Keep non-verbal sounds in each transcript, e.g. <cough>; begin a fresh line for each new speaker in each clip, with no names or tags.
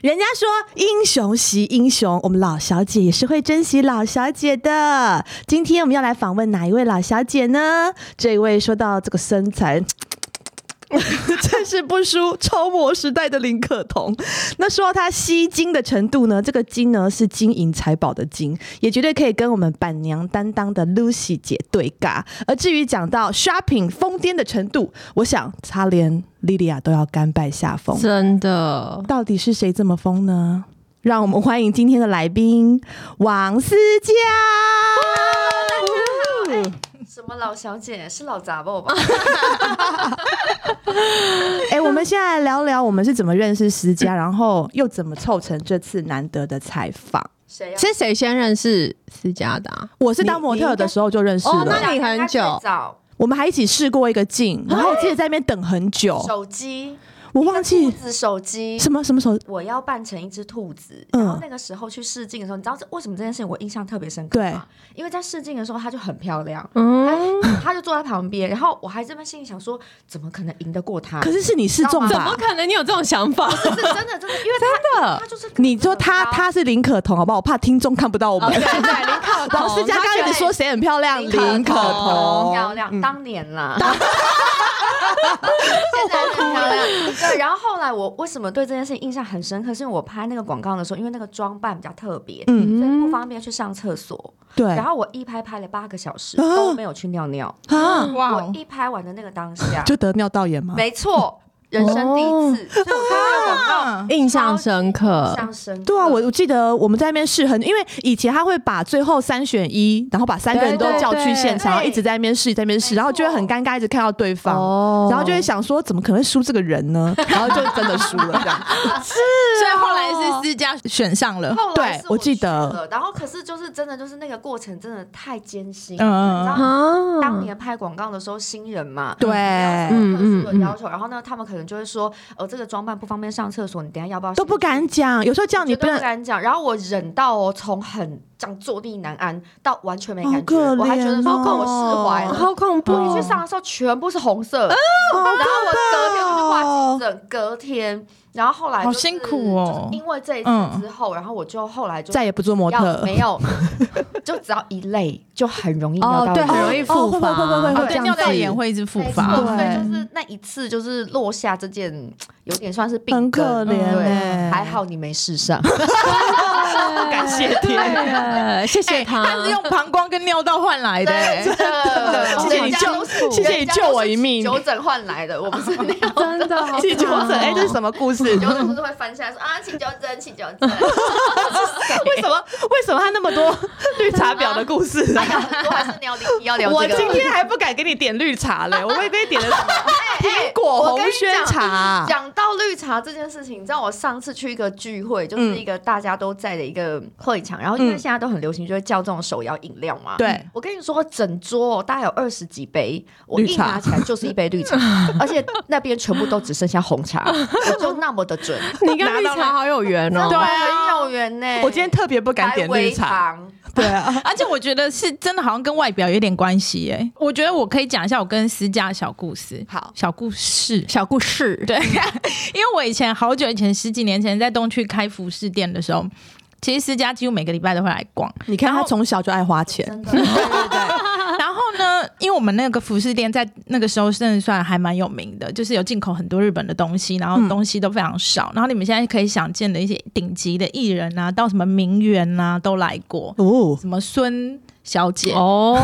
人家说英雄惜英雄，我们老小姐也是会珍惜老小姐的。今天我们要来访问哪一位老小姐呢？这一位说到这个身材。 <laughs> 真是不输超模时代的林可彤。那说到她吸金的程度呢，这个金呢是金银财宝的金，也绝对可以跟我们板娘担当的 Lucy 姐对尬。而至于讲到 shopping 疯癫的程度，我想她连 Lilia 都要甘拜下风。
真的，
到底是谁这么疯呢？让我们欢迎今天的来宾王思佳。
什么老小姐是老杂货吧？
哎、我们现在聊聊我们是怎么认识思佳，然后又怎么凑成这次难得的采访。
谁呀？
是谁先认识思佳的、啊？
我是当模特的时候就认识
你应该
了，
那你很久
应该最早
我们还一起试过一个镜，然后我记得在那边等很久，
手机，
我忘
兔
记
子手机。
什么什么时候。
我要扮成一只兔子，
嗯
然后那个时候去试镜的时候，你知道这为什么这件事情我印象特别深刻
对
吗？因为在试镜的时候她就很漂亮，
嗯，
她她就坐在旁边，然后我还这边心里想说，怎么可能赢得过她？
可是是你示众
知
怎
道
吧
么？可能你有这种想法？
是真的真的，因为她
的
她就是
你说他
高
他是林可彤，好不好？我怕听众看不到我们。
对对，林可彤
王思佳刚刚一直说谁很漂亮，
哦林可彤哦
林可彤。嗯
漂亮，当年啦。 <laughs> 现在很
<laughs>
漂亮，对。然后后来我为什么对这件事情印象很深刻，是因为我拍那个广告的时候，因为那个装扮比较特别，
嗯，
所以不方便去上厕所。
对
然后我一拍拍了八个小时，都没有去尿尿。
啊，
我一拍完的那个
<laughs>
当下，
就得尿道炎吗？
没错，人生第一
哦
次，所以我看
<laughs>
到广告
印象深刻
印，象深刻。
对啊，我我记得我们在那边试很，因为以前他会把最后三选一，然后把三个人都
对对
叫去现场，
对
然后一直在那边试，在那边试，
没错
然后就会很尴尬，一直看到对方，
哦
然后就会想说怎么可能输这个人
<laughs>
呢？然后就真的输了，这样。
所以后来是思佳选上了
后来
对
是，
我记
去
得，
了，然后可是就是真的就是那个过程真的太艰辛，
嗯嗯嗯
你知道
啊
吗当年拍广告的时候，新人嘛，
嗯对
嗯
嗯
嗯
嗯有要求，然后呢，他们可能就会说，哦，这个装扮不方便上厕所，你等一下要不要
都不敢讲，有时候叫
你
你
不
不能。
敢讲，然后我忍到哦，从很这样坐立难安到完全没
好
感觉，
可
我还觉得说
怜哦
够我释怀了。
好恐怖，
我一去上的时候全部是红色，
哦
然后我隔天就去
好
挂
可怕哦
急诊，隔天，然后后来
好
就是
辛苦哦
就是因为这一
嗯
次之后，然后我就后来就
再也不做模特
要
了，
没有，就只要一累就很容易尿
哦，
道
对，
炎
很容易
哦
复
会
发，
会会会会
哦，
这
对，
样
尿道
子
炎会一直复
没错，
发。
对
所以就是那一次就是落下这件有点算是病
很
根
可怜
对
欸
还好你没试上，
感谢天，
对，谢谢
他是
他。
用膀胱跟尿道换来的欸。
真的
谢谢你
人家都是
救谢谢你救我一命
人家都是酒疹换来的，我不是那样。
真的
<laughs>
好
气球
惨
疹，哎，这是什么故
<laughs>
事？
酒疹不是会翻下来说啊，请酒疹，请酒疹，
为什么为什么他那么多 <laughs> 绿茶婊的故
<laughs>
事啊？
<laughs> 我还是聊离题要聊
我
哎这个。
今天还不敢给你点绿茶
<laughs>
嘞，我会给你点的什么
哎
苹果
我跟
红
你
萱
讲
茶？
讲到绿茶这件事情，你知道我上次去一个聚会，就是一个大家都在的一个会场，然后因为
嗯
现在都很流行，就会叫这种手摇饮料嘛。
对，
我跟你说，整桌大概有二十几杯，我
绿
一
茶
拿起来就是一杯绿茶，而且那边全部都只剩下红茶，我就那么的准。
你跟绿茶好有缘哦。
对，很有缘呢、
我今天特别不敢点绿茶，
白微糖，
对啊，
而且我觉得是真的，好像跟外表有点关系哎。我觉得我可以讲一下我跟私家的小故事，
好
小故事，
小故事，
对，因为我以前好久以前十几年前在东区开服饰店的时候，其实私家几乎每个礼拜都会来逛。
你看他从小就爱花钱，
真的，对对对，
然后呢，因为我们那个服饰店在那个时候甚至算还蛮有名的，就是有进口很多日本的东西，然后东西都非常少。然后你们现在可以想见的一些顶级的艺人啊，到什么名媛啊都来过，
哦，
什么孙小姐。
哦，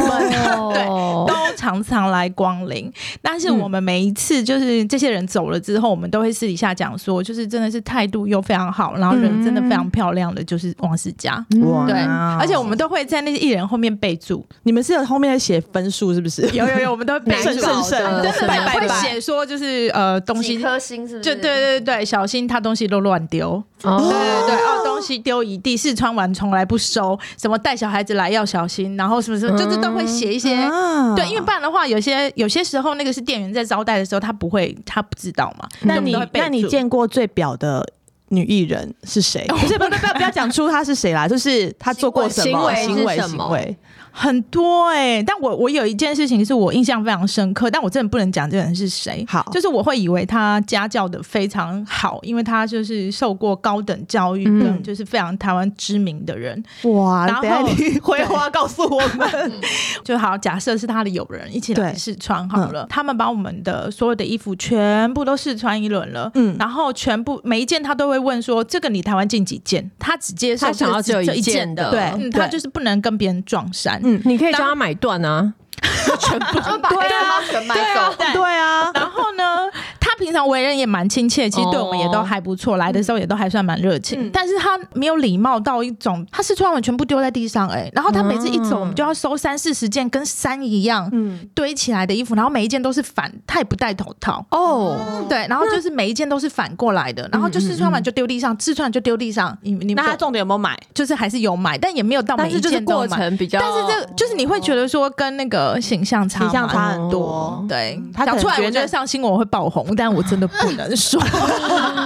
哦
都常常来光临，但是我们每一次就是这些人走了之后，我们都会私底下讲说，就是真的是态度又非常好，然后人真的非常漂亮的，就是王思佳。
哇
对，而且我们都会在那些艺人后面备注，
你们是后面在写分数是 <laughs> 不是？
有有有，我们都会备注，
胜胜胜
真的
胜胜
会
胜
写说就是呃东西
几，颗星是不是？
就对对对，小心他东西都乱丢，对
哦，
对对，哦东西丢一地，试穿完从来不收，什么带小孩子来要小心，然后什么什么，就是都会写一些。
啊
对，因为不然的话，有些有些时候那个是店员在招待的时候，他不会，他不知道嘛。
那
我们
你
都会备
那你
注
见过最表的女艺人是谁，不是不不不要不要讲出她是谁啦，就是她做过什么行为
行为行为是什么
行为，
很多哎、但我我有一件事情是我印象非常深刻，但我真的不能讲这个人是谁。
好
就是我会以为他家教的非常好，因为他就是受过高等教育的，
嗯
就是非常台湾知名的人。
哇！
然后
等
<laughs>
一下你回话告诉我们，
就好，假设是他的友人一起来
对
试穿好了，他们把我们的所有的衣服全部都试穿一轮了，
嗯
嗯，然后全部每一件他都会问说，这个你台湾进几件？他只接受
他想要只
这
有
这
一
一
件的
对，
对
嗯他就是不能跟别人撞衫，
嗯
你可以叫他买断啊，全部
就把黑猫全买走。
对
<laughs> 对啊，
然后呢， <laughs> 他平常为人也蛮亲切，其实对我们也都还不错，来的时候也都还算蛮热情。但是他没有礼貌到一种，他试穿完全部丢在地上、哎，然后他每次一走，我们就要收三四十件跟山一样
嗯，
堆起来的衣服，然后每一件都是反，他也不戴头套。
哦。嗯
对，然后就是每一件都是反过来的，然后就试穿完就丢地上，试穿完就丢地上。你你
那
们
他
懂
重点有没有买？
就是还是有买，但也没有到每
但
一
是就是
件都
过
买。
程比较，
但是这就是你会觉得说跟那个形象差
哦形象
蛮
差很多
哦，
对
嗯，他
讲
可
出
能
来
觉
我觉
得
得上新闻我会爆红，但我真的不
<laughs>
能说。 <laughs>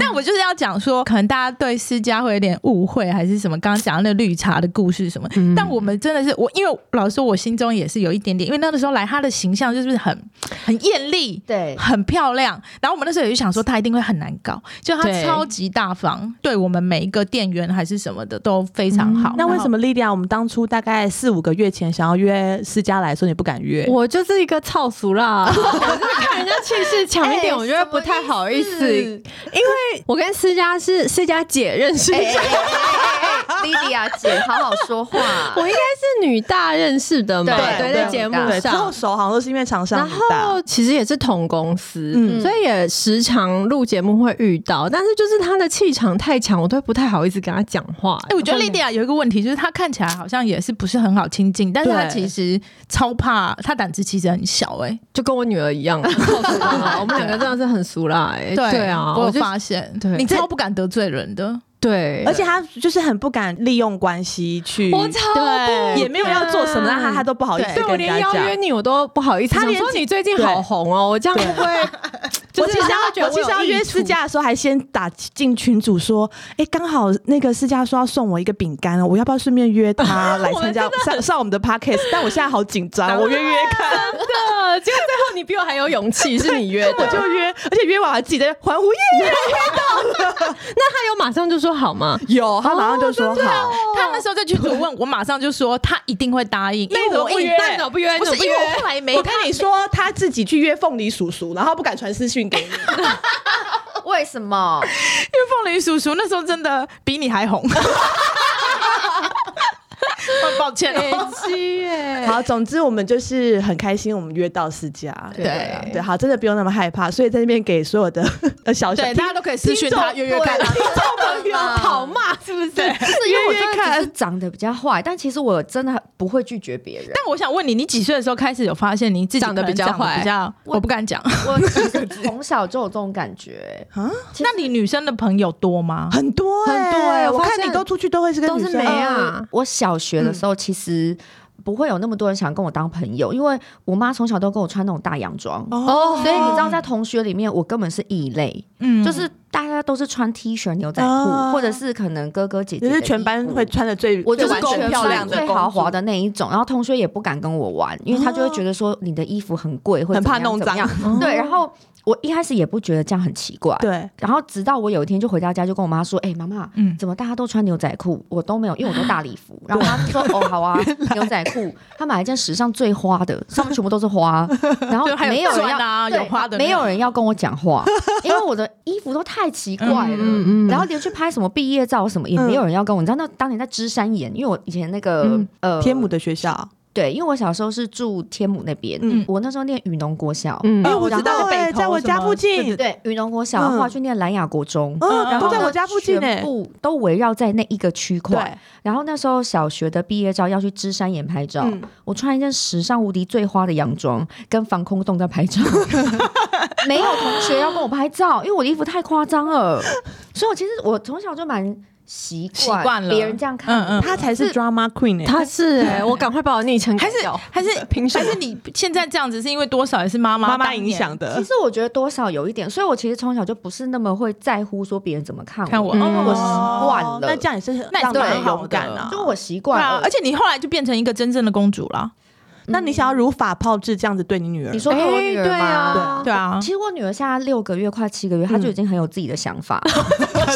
但我就是要讲说，可能大家对私家会有点误会，还是什么？刚刚讲的那绿茶的故事什么？
嗯
但我们真的是我，因为老实说，我心中也是有一点点，因为那个时候来他的形象就是很很艳丽，
对
很漂亮。然后我们那时候也就想说，他一定会很难搞，就他
对
超级大方，对我们每一个店员还是什么的都非常好。
嗯那为什
么？
么莉迪亚，我们当初大概四五个月前想要约私家来说，你不敢约？
我就是一个操俗啦， <laughs> 我就是看人家气势强一点，我觉得不太好意思，因为我跟思佳是思佳姐认识，
哎哎哎哎莉莉亚姐，好好说话。
我应该是女大认识的嘛，
对
对，在
对
节目
对，之后
上。
熟好像都是因为厂商
然
很大
后其实也是同公司，
嗯
所以也时常录节目会遇到，但是就是他的气场太强，我都不太好意思跟他讲话、
哎、我觉得莉迪亚有一个问题，就是她看起来好像也是不是很好亲近，但是她
对
其实超怕，她胆子其实很小、哎，
就跟我女儿一样，超俗辣我们两个真的是很俗辣、哎，对啊，
我有
就
发现，哦
对
你超不敢得罪人的，
对，
而且他就是很不敢利用关系去，
我超
对，也没有要做什么，但他他都不好意思
嗯对
跟
我
人家
连
讲
邀。约你我都不好意思，
他
想
连
说
自
你最近好红哦，我这样会不 <laughs> 会？
我
就是
其实
他觉
要，我
得
其实要
有
约
益
私
处，
家的时候，还先打进群组说，哎，刚好那个私家说要送我一个饼干哦，我要不要顺便约
<laughs>
他来参加上上我们的 podcast？但我现在好紧张，我约约看，
呃结果最后你比我还有勇气，是你约的，
我 <laughs> 就约，而且约完还自己在欢
<laughs>
呼耶，
那他有马上就说好吗？
有，他马上
哦
就说好，
她那时候在群组问我，马上就说她一定会答应，因
那你
为
怎么
我
不
一
约
那你怎么不约？
不是
你怎么
因为
约
我后来没
我跟你说，他自己去约凤梨叔叔，然后不敢传私讯给
<laughs>
你。
为什么？
因为凤梨叔叔那时候真的比你 <laughs> 还红。抱歉、
哎
哦，
好，总之我们就是很开心，我们约到私家。
对
对，啊好，真的不用那么害怕。所以在那边给所有的 <laughs> 呃小小
对，大家都可以私讯他约约看
对。啦啊
朋友
好骂是不是？
是因为我
约约
真的只
看，
是长得比较坏，但其实我真的不会拒绝
<laughs>
别人。
但我想问你，你几岁的时候开始有发现你自己
长得
可能
比较
长
坏
比较，我不敢讲。
我其实从小就有这种感觉
啊，
那你女生的朋友多吗？
很多欸
很多欸
我
我发
看
现
你都出去都会是跟
都
女
是
生
妹
啊
啊
呃我小学的时候其实不会有那么多人想跟我当朋友，因为我妈从小都跟我穿那种大洋装。
哦，
所以你知道，在同学里面，我根本是异类，
嗯
就是大家都是穿 T 恤、牛仔裤，
哦
或者是可能哥哥姐姐
也
的
是
衣
全班
服
会穿的最
我就是
最完全
全
漂
班
亮的
最
公
豪
主
华的那一种，然后同学也不敢跟我玩，因为他就会觉得说你的衣服很贵，或者
哦很怕
怎么样
弄脏。
怎
<laughs>
么样对，然后我一开始也不觉得这样很奇怪，
对，
然后直到我有一天就回到家，就跟我妈说：“哎、妈妈，
嗯
怎么大家都穿牛仔裤，我都没有，因为我都大礼
<laughs>
服。”然后我妈就说：“哦，好啊，牛仔裤。”她买了一件史上最花的，上面全部都是花，
<laughs>
然后
就还有
没有人
钻
要、
啊
对
有花的那
没有
种
人要跟我讲话，因为我的衣服都太奇怪了。
嗯
然后连去拍什么毕业照什么，也没有人要跟我。你知道那当年在芝山岩，因为我以前那个、
嗯
呃
天母的学校，
对，因为我小时候是住天母那边，
嗯
我那时候念雨农国小，
嗯
哎，
嗯，
我知道
然后在
哎，
北投
在我
什
家
么
附
对
近，
对，雨农国小，
嗯
然后后来去念蓝雅国中。
嗯，
然
都
后
在
呢
我家附近
全
哎，
部都围绕在那一个区块。
对，
然后那时候小学的毕业照要去芝山岩拍照，
嗯
我穿一件时尚无敌最花的洋装，跟防空洞在拍照。没有同学要跟我拍照，因为我的衣服太夸张了。所以我其实我从小就蛮习
习惯了
别人这样看
嗯嗯
我，
她才是 drama queen 哎、
他是哎、我赶快把我昵称改
还是
掉啊
还是
<laughs> 凭什
还
么
是你现在这样子，是因为多少也是妈
妈
妈
妈
当
影
年
响的
其。实我觉得多少有一点，所以我其实从小就不是那么会在乎说别人怎么看我，
看我，
嗯
哦
我习惯了
那这样也是
那
让她
你对
很勇
好
敢
的
啊。
就我习
对
惯
啊
了，。
而且你后来就变成一个真正的公主了，
那你想要如法炮制这样子对你女儿？
你说对我女儿
哎对啊
吗？
对啊
其，实我女儿现在六个月，快七个月，她就已经很有自己的想 <laughs> 法，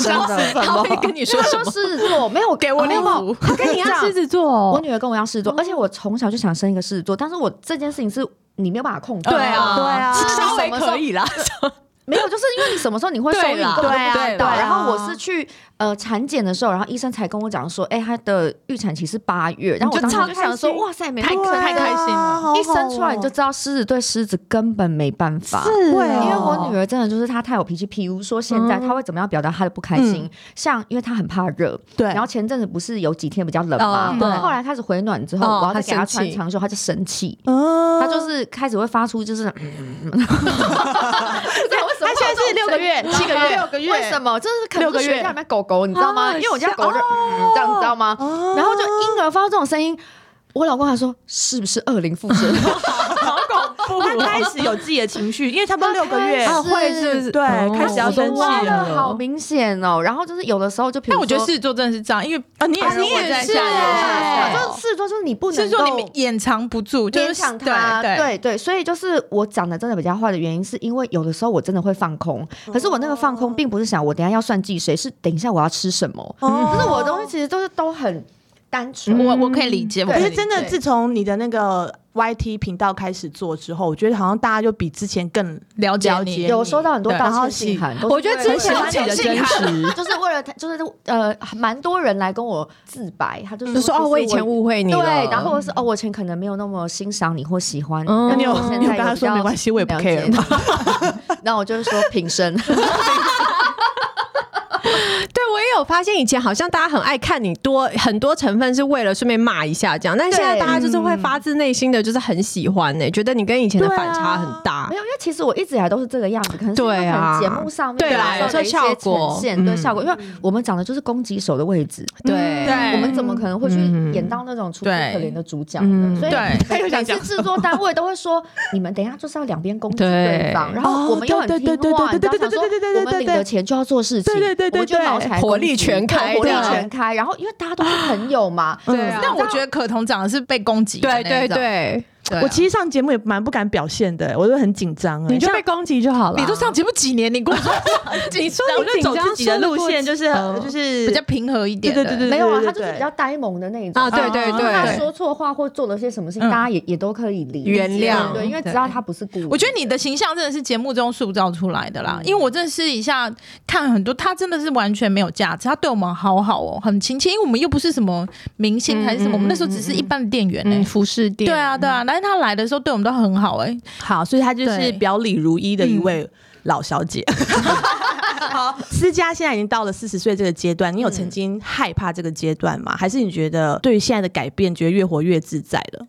真的。
他会跟你说什
她
么？
说狮子座没有给我
六
有， <laughs> 她跟
跟
你
你
一
要
样
狮，子座哦、
我女儿跟我一样狮子座，而且我从小就想生一个狮子座，但是我这件事情是你没有办法控制的，
对啊
对啊，
嗯
<laughs>
稍微可以啦，
没有，就是因为你什么时候你会受孕，你
对啦
根本就不
对啊
知道。
对啊
然后我是去呃产检的时候，然后医生才跟我讲说，哎，她的预产期是八月，然后我
你就
当时
超
就想
开
说，
心
哇塞，没啊
太
办法
啊
太开心了。
了
一生出来你就知道狮子对狮子根本没办法。
是
对啊
因为我女
儿
儿真的就是她太有脾气，譬如说现在
嗯
她会怎么样表达她的不开心，像因为她很怕热，
嗯对，嗯
然后前阵子不是有几天比较冷吗？
哦
对
后来开始回暖之后，
哦
我要再给她
她生
穿
气
长袖，她就生气，
嗯
她就是开始会发
<laughs>
出就是，嗯 <laughs> 不知道为什么
她现在是六个月
七个月，六个月，为什么？就是可能
六个
是
月
学校里面狗狗，你知道吗？
啊
因为我家狗就
吓
嗯这样，你知道吗？
哦
然后就婴儿发出这种声音，我老公还说是不是恶灵附身？ <laughs>
<laughs> 他开始有自己的情绪，因为差不多六个月，
啊
她
会是
对
哦
开始要生气
哇
了
好明显哦。然后就是有的时候就，比如
但
说
我觉得狮子座真的是这样，因为
啊你也
啊
是
你也
我在
是
下
哎
游
就是狮子座就是你不
狮
能
子座
够
你们掩藏不住，就
勉
是
强他，
对
对对，所以就是我长得真的比较坏的原因，是因为有的时候我真的会放空，可是我那个放
哦
空并不是想我等一下要算计谁，是等一下我要吃什么，
哦
就是我的东西其实都是都很单纯。
嗯我我可以理解，我
对
而
可以
且
理解
真的，自从你的那个 YT 频道开始做之后，我觉得好像大家就比之前更
了解
了
你
解
有收到很多
对
道
然后
歉信函，都是
我觉得
为了
之前
很喜欢你的
真实，
就是为了他，就是呃，蛮多人来跟我自白，他就
就说哦，我以前误会你了，
对，然后是哦，我以前可能没有那么欣赏你或喜欢你，
嗯
但
那你有
我现在
你有跟他
有比较
说没关系我也不
了解
care <laughs>
你那我就是说平生，
对我也有发现，以前好像大家很爱看你多很多成分是为了顺便骂一下这样，但是现在
对
大家就是会发自内心的，就是很喜欢呢、觉得你跟以前的
对啊
反差很大
没。有，因为其实我一直以来都是这个样子，可能是因为
对
可
啊
能节目上面
对
啊
啦
有时候的一些
有时候效果
呈现对
嗯
效果，因为我们讲的就是攻击手的位置，
嗯
对
对
我们怎么可能会去
嗯
演到那种楚楚可怜的主角呢？
嗯
所以
对
他又想
每次
讲
制作单位都会说，你们等一下就是要两边攻击
对
对方，然
哦
后我们又很
对
听
对对
话，
对
你知道
对对
想说
对对对对对
我们领了钱就要做事情，
对对对对
我们就毛起来攻击
火力全开
对火力
对
全开，然后因为大家都是朋友嘛，
对
嗯
啊
但我觉得可彤长得是被攻击的那
对
一
对对，
种，对啊，
我其实上节目也蛮不敢表现的，我就很紧张。哎
你就被攻击就好了。
你都上节目几年，你跟我说
<laughs> 你说
我就
你
走
紧
自
张
己的路线，就是
嗯
就是
呃哦比较平和一点的，
对对对对
没有啊，
对
他就是比较呆萌的那一种
啊，对对
啊
他
对，
说错话或做了些什么事情，
嗯
大家也也都可以理解
原谅
对，因为知道他不是故意。
我觉得你的形象真的是节目中塑造出来的啦，因为我认识一下看很多，他真的是完全没有价值，他对我们好好哦，很亲切，因为我们又不是什么明星还是什么，我们那时候只是一般的店员欸呢、
嗯，服饰店
对啊，对啊，但是他来的时候对我们都很好哎、
好，所以她就是
对
表里如一的一位老小姐。好，思佳现在已经到了四十岁这个阶段，你有曾经害怕这个阶段吗？还是你觉得对于现在的改变，觉得越活越自在了？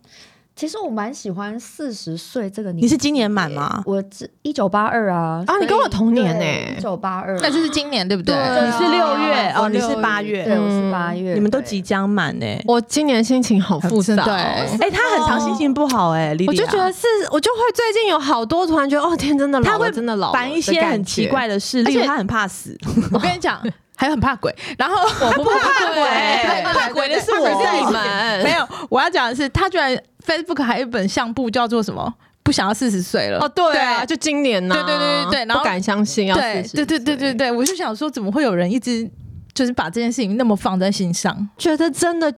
其实我蛮喜欢四十岁这个年纪。
你是今年满吗？
我这一九八二啊，
啊你跟我同年欸
一九八二，啊
那就是今年对不对？
你是六月
我
哦，你是
六
八
对，
月，
我是八月，
你们都
对
即。将满呢。
我今年心情好复杂哦、
对
哎，她很常心情不好哎，莉莉
我
娅
就觉得是，我就会最近有好多突然觉得，哦天，真的
她
老
会
了，真的老了，
烦一些很奇怪
的
的事，例如
而且
她很怕死，
我跟你 <laughs> 讲，还很怕鬼，然后我不
怕
怕
鬼 <laughs>
<laughs> 怕鬼的是我，
感觉，是你们
没有，我要讲的是，他居然 Facebook 还有一本相簿叫做什么？不想要四十岁了
哦，对啊，
对
就今年呐、
对对对对对然
不
后
敢相信要
对
40
对对对对
岁，
对，我就想说，怎么会有人一直就是把这件事情那么放在心上？
觉得真的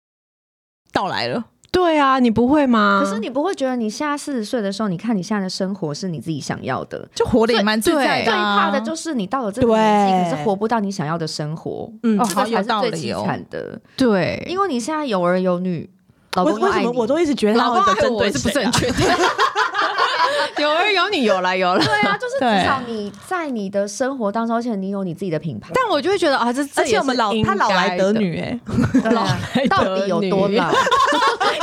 到来了，
对啊，你不会吗？
可是你不会觉得你现在四十岁的时候，你看你现在的生活是你自己想要的。
就活得也蛮自在
最
的啊、
怕的就是你到了这个年纪，
对
可是活不到你想要的生活，
嗯
哦，
这
好
个
有
才
道
是最
理
凄
哦。
惨的。
对，
因为你现在有儿有女，老
我
公又
为什
爱
么
你，
我都一直觉得她
老公
的
爱
针
我
对
是不是
谁啊
很确定？ <laughs> 有儿有女，有来有来。
对啊，就是
对
至少你在你的生活当中，而且你有你自己的品牌。
但我就会觉得啊，这
而且我们老他老来得， <laughs> 女哎、
对啊到底有多老？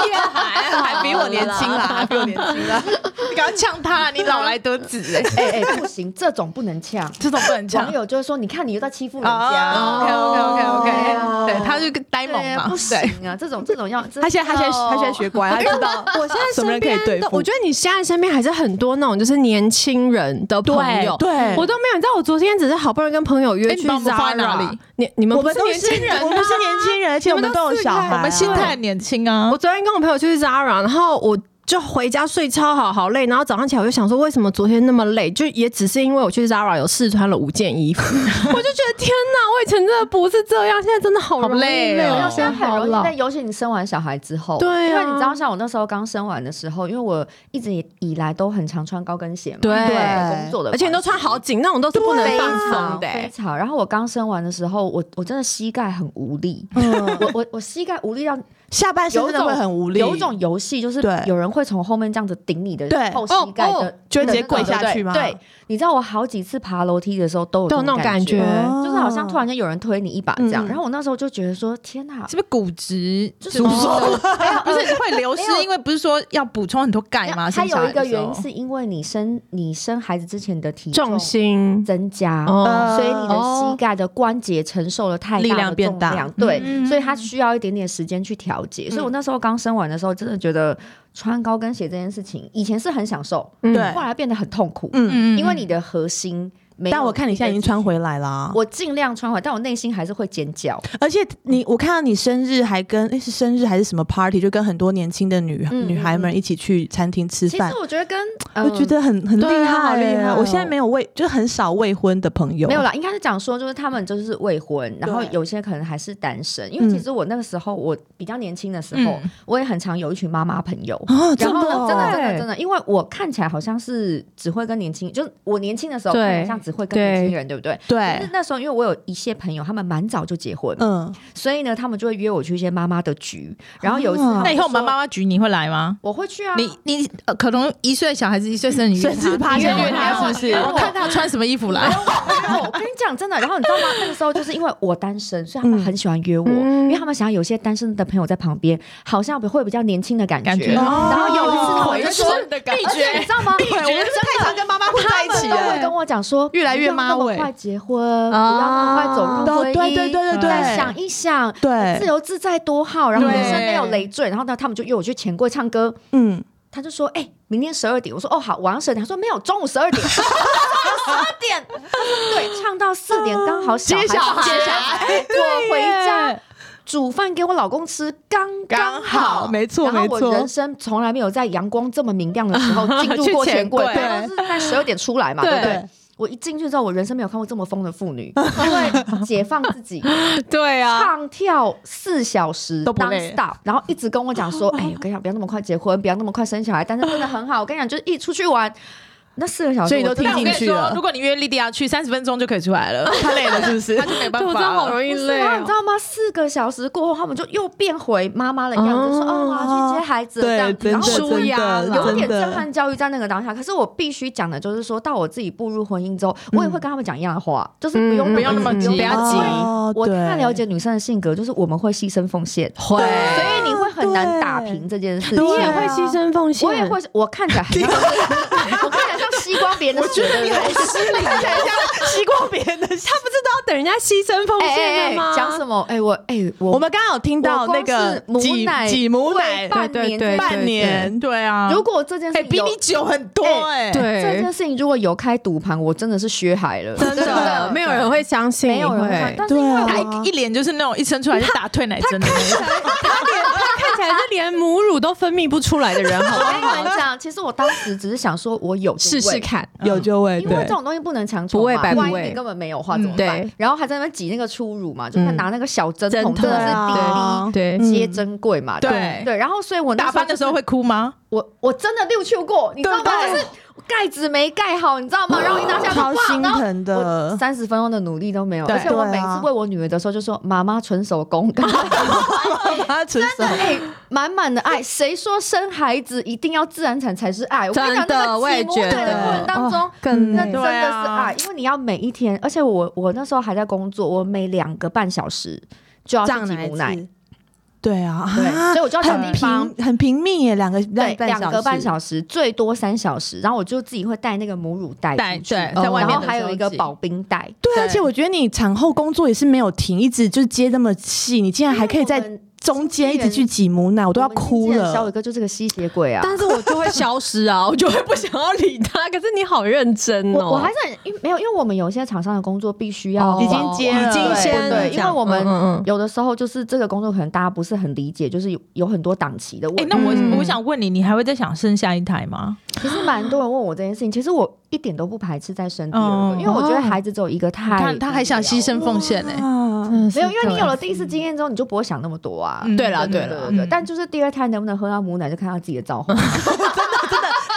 也还
还比我年轻啦，还比我年轻啦。
你赶快呛他，你老来得子哎、
哎哎，不行，这种不能呛。
这种不能
网
呛。
友就会说：“你看，你又在欺负人
哦
家。
，OK OK OK OK，
对啊
对，他就呆萌
对
嘛，
不
对
行啊，这种这种要，哦
他现在他现在他现在学啊乖，他知道
我现在
什么
身
人可以
边
对
的，
付
我觉得你现在身边还是很多那种就是年轻人的朋友，
对
我都没有。你知道，我昨天只是好不容易跟朋友约
哎你
去
把我们放在哪
Zara，
里
你你们
我
不
们
是
都
年轻人啊，
我们是年轻人，而且我们都有小孩啊，
我们心态很年轻啊
我。昨天跟我朋友去 Zara，然后我就回家睡超好，好累。然后早上起来我就想说，为什么昨天那么累？就也只是因为我去 Zara 有试穿了五件衣服， <laughs> 我就觉得天哪，我以前真的不是这样，现在真的好容易
累
累
哦
我
好
就
像
觉得
很
好
容易，
老。
但尤其你生完小孩之后，
对啊
因为你知道，像我那时候刚生完的时候，因为我一直以来都很常穿高跟鞋嘛，
对
因为工作的关系，
而且你都穿好紧，那种都是不能
非
放
常
松的、
非
欸。
常。然后我刚生完的时候，我我真的膝盖很无力，
嗯，
我我我膝盖无力到
下半身
有
真
一
的
种
会很无力，
有一种游戏就是
对
有人会从后面这样子顶你的
对
后膝盖
哦
的
哦，
就会直接
那种
跪下去吗
对，你知道我好几次爬楼梯的时候都有
都有那
那
种
种
感觉
觉，
哦
就是好像突然间有人推你一把这样。
嗯
然后我那时候就觉得说，天哪！
是不是骨质
就是
疏松？
<laughs> 没有
<laughs> 不是会流失
没，有
因为不是说要补充很多
<laughs>
钙吗？
它
生小
有
孩
一个哦
的时
原
候
因是因为你生你生孩子之前的体
重心
增加，
呃
哦
所以你的膝盖的关节承受了太大的
力量变大嗯
重量对，
嗯
所以它需要一点点时间去调节。所以我那时候刚生完的时候，真的觉得穿高跟鞋这件事情，以前是很享受，
嗯
对
后来变得很痛苦，
嗯，
嗯
因为你的核心没有。
但我看你现在已经穿回来啦，
我尽量穿回来，但我内心还是会尖叫。
而且你我看到你生日还跟诶是生日还是什么 party，就跟很多年轻的女
嗯嗯
女孩们一起去餐厅吃
其实
饭。
我觉得跟
我觉。
嗯
得很很厉
对啊好
害
厉
欸，
害哦
我现在没有未，就很少未婚的朋友，
没有啦，应该是讲说，就是他们就是未婚，然后
对嗯
有些可能还是单身。因为其实我那个时候，我比较年轻的时候，
嗯
我也很常有一群妈妈朋友。
啊， <laughs> 真
然
的
后
哦
呢真的真的真的，因为我看起来好像是只会跟年轻，就是我年轻的时候
对
看起来像只会跟年轻人，对不
嗯
对？但
对
是，那时候因为我有一些朋友，他们蛮早就结婚，
嗯，
所以呢，他们就会约我去一些妈妈的局。然后有一次他
啊
们就说，
那以后我们妈妈局你会来吗？
我会去啊，
你你呃，可能一岁小孩子一岁生日，
生日趴
你
现
约
在
约
他是不
他是不
是
是？我看他穿什么衣服来。 <laughs>
然后我跟你讲真的，然后你知
<laughs>
道吗？那个时候就是因为我单身，所以他们
嗯
很喜欢约我，
嗯
因为他们想要有一些单身的朋友在旁边，好像会比较年轻的感
感觉
哦
然后有一次呢，我就说，
的感
而且你知
<laughs>
道吗？我真的
太常跟妈妈混在一
他们都会跟我讲说，
越来越
不要那
妈
么
味
快结婚，不要那么快走
啊
入
哦都
婚姻，
对对对对
再
对，
想一想，自
对，
由自在多好，然后
对
人生没有累赘，然后呢，他们就约我去钱柜唱歌，
嗯，
他就说，哎、明天十二点，我说哦好，晚上十二点，他说没有，中午十二点， <laughs> 十二点，他说对，唱到四
啊
点刚好小孩
接小孩
接小孩，我回家煮饭给我老公吃，刚刚好，
没错
然后
没
我
错
人，生从来没有在阳光这么明亮的时候
<laughs>
进入过
去
钱
钱
柜
柜，
大家都是在十二点出来嘛，对不对
对？
我一进去之后，我人生没有看过这么疯的
<laughs>
妇女，因为解放自己，
对啊，
唱跳四小时
都不
non
累
stop，然后一直跟我
<laughs>
讲说，哎，我跟你讲，不要那么快结婚，不要那么快生小孩，但是真的很好。我跟你讲，就是一出去玩，那四个小时，
所以你都
我真
听
的
但我跟
进
你
去了
说，如果你约莉迪亚去，三十分钟就可以出来 <laughs> 了，
太累了是不是
他？就没办
对我
法
真
了。
的好容易累
然后你
哦、
知道吗？四个小时过后，他们就又变回妈妈的样子，说：“哦，我要去接孩子。”这样
对，真
子，然后
的
我
舒
真
压
的
啦
有
真
点震
的，
撼教育在那个当下。可是我必须讲的就是说，到我自己步入婚姻之后，我也会跟他们讲一样的话，就是不用
嗯
不要那么急，
嗯嗯
不要急。
哦
我
对
太了解女生的性格，就是我们会牺牲奉献，
会
所以你会很难打平这件事情。
你
对
也会牺牲奉献，
啊我也会，
<laughs>
我看起来很像，我看起来像吸光别人的血，对不对？
啊
吸过别人的血。
他不是都要等人家牺牲奉献的吗？
哎讲什么？哎，我哎，我
我们刚刚有听到那个
我光是
挤
母奶
挤母
喂
奶
半
对
年
对对
半年，
对啊，
如果这件事
哎
情
比
有啊
你久很多哎，
这
对
件，事情如果有开赌盘，我真的是血海了，啊
真的没有人会相信
没
你
有
会，
人会，但是
对
因为
啊
我
他一一脸就是那种一生出来就打退奶针的那种。
看起来是连母乳都分泌不出来的人，好
我
不
跟
好？
你们讲，其实我当时只是想说，我有就
试试
喂，
看，嗯
有就喂，
因为
对
这，种东西不能强求嘛，
不喂白不
万一
喂
你根本没有话怎么
嗯
办
对？
然后还在那边挤那个初乳嘛，就是
嗯
拿那个小针筒，
针筒
真的
对
是
啊
滴
对
滴接珍贵嘛，
对
对。然后所以我那
打翻的时
就是
候会哭吗？
我我真的六去过，你知道吗？
对
就是盖子没盖好，你知道吗？然后一拿下来
超心疼的。
三十分钟的努力都没有，
对
而且我
对
每
啊
次喂我女儿的时候就说：“妈妈纯手工。”感觉
他真
真的哎，满满的爱。谁说生孩子一定要自然产才是爱？我跟你讲，
真的
那个
我也
挤母
觉
奶的
得
过程当中，
更
哦嗯那
那
真的是
对啊
爱，因为你要每一天，而且我我那时候还在工作，我每两个半小时就要去挤母奶，
对啊，
对，
啊
所以我就要找
很
地方。
平很平密耶，两个
对
两，
两个半
时，
小时，最多三小时，然后我就自己会带那个母乳袋
带
出去，
对
哦
在外面
然后
的
还
时
有
候
一个
挤
保冰袋，
对，
对
而且我觉得你产后工作也是没有停，一直就接那么细，你竟然还可以
因为
在
我们
中间一直去挤母奶，我
我
都要
们经纪
哭
人小
了
伟。哥就是个吸血鬼啊！
但是我就会消失啊，我就会不想要理他。可是你好认真哦，
我我还是很因为没有，因为我们有一些厂商的工作必须要
哦已
经接了
已经先
对，因为我
嗯嗯嗯
们有的时候就是这个工作可能大家不是很理解，就是有有很多档期的问
哎、
题。
那我、
嗯
我想问你，你还会再想生下一胎吗？
其实蛮多人问我这件事情，其实我一点都不排斥再生第二个，
嗯
因为我觉
哦
得孩子只有一个太无聊
他
了，
他还想牺牲奉献哎呢、
啊，
嗯是
没有，因为你有
的
了第一次经验之后，你就不会想那么多啊。
嗯
对啦
真的
对啦
对
嗯
对对，但就是第二胎能不能喝到母奶，就看他自己的造化。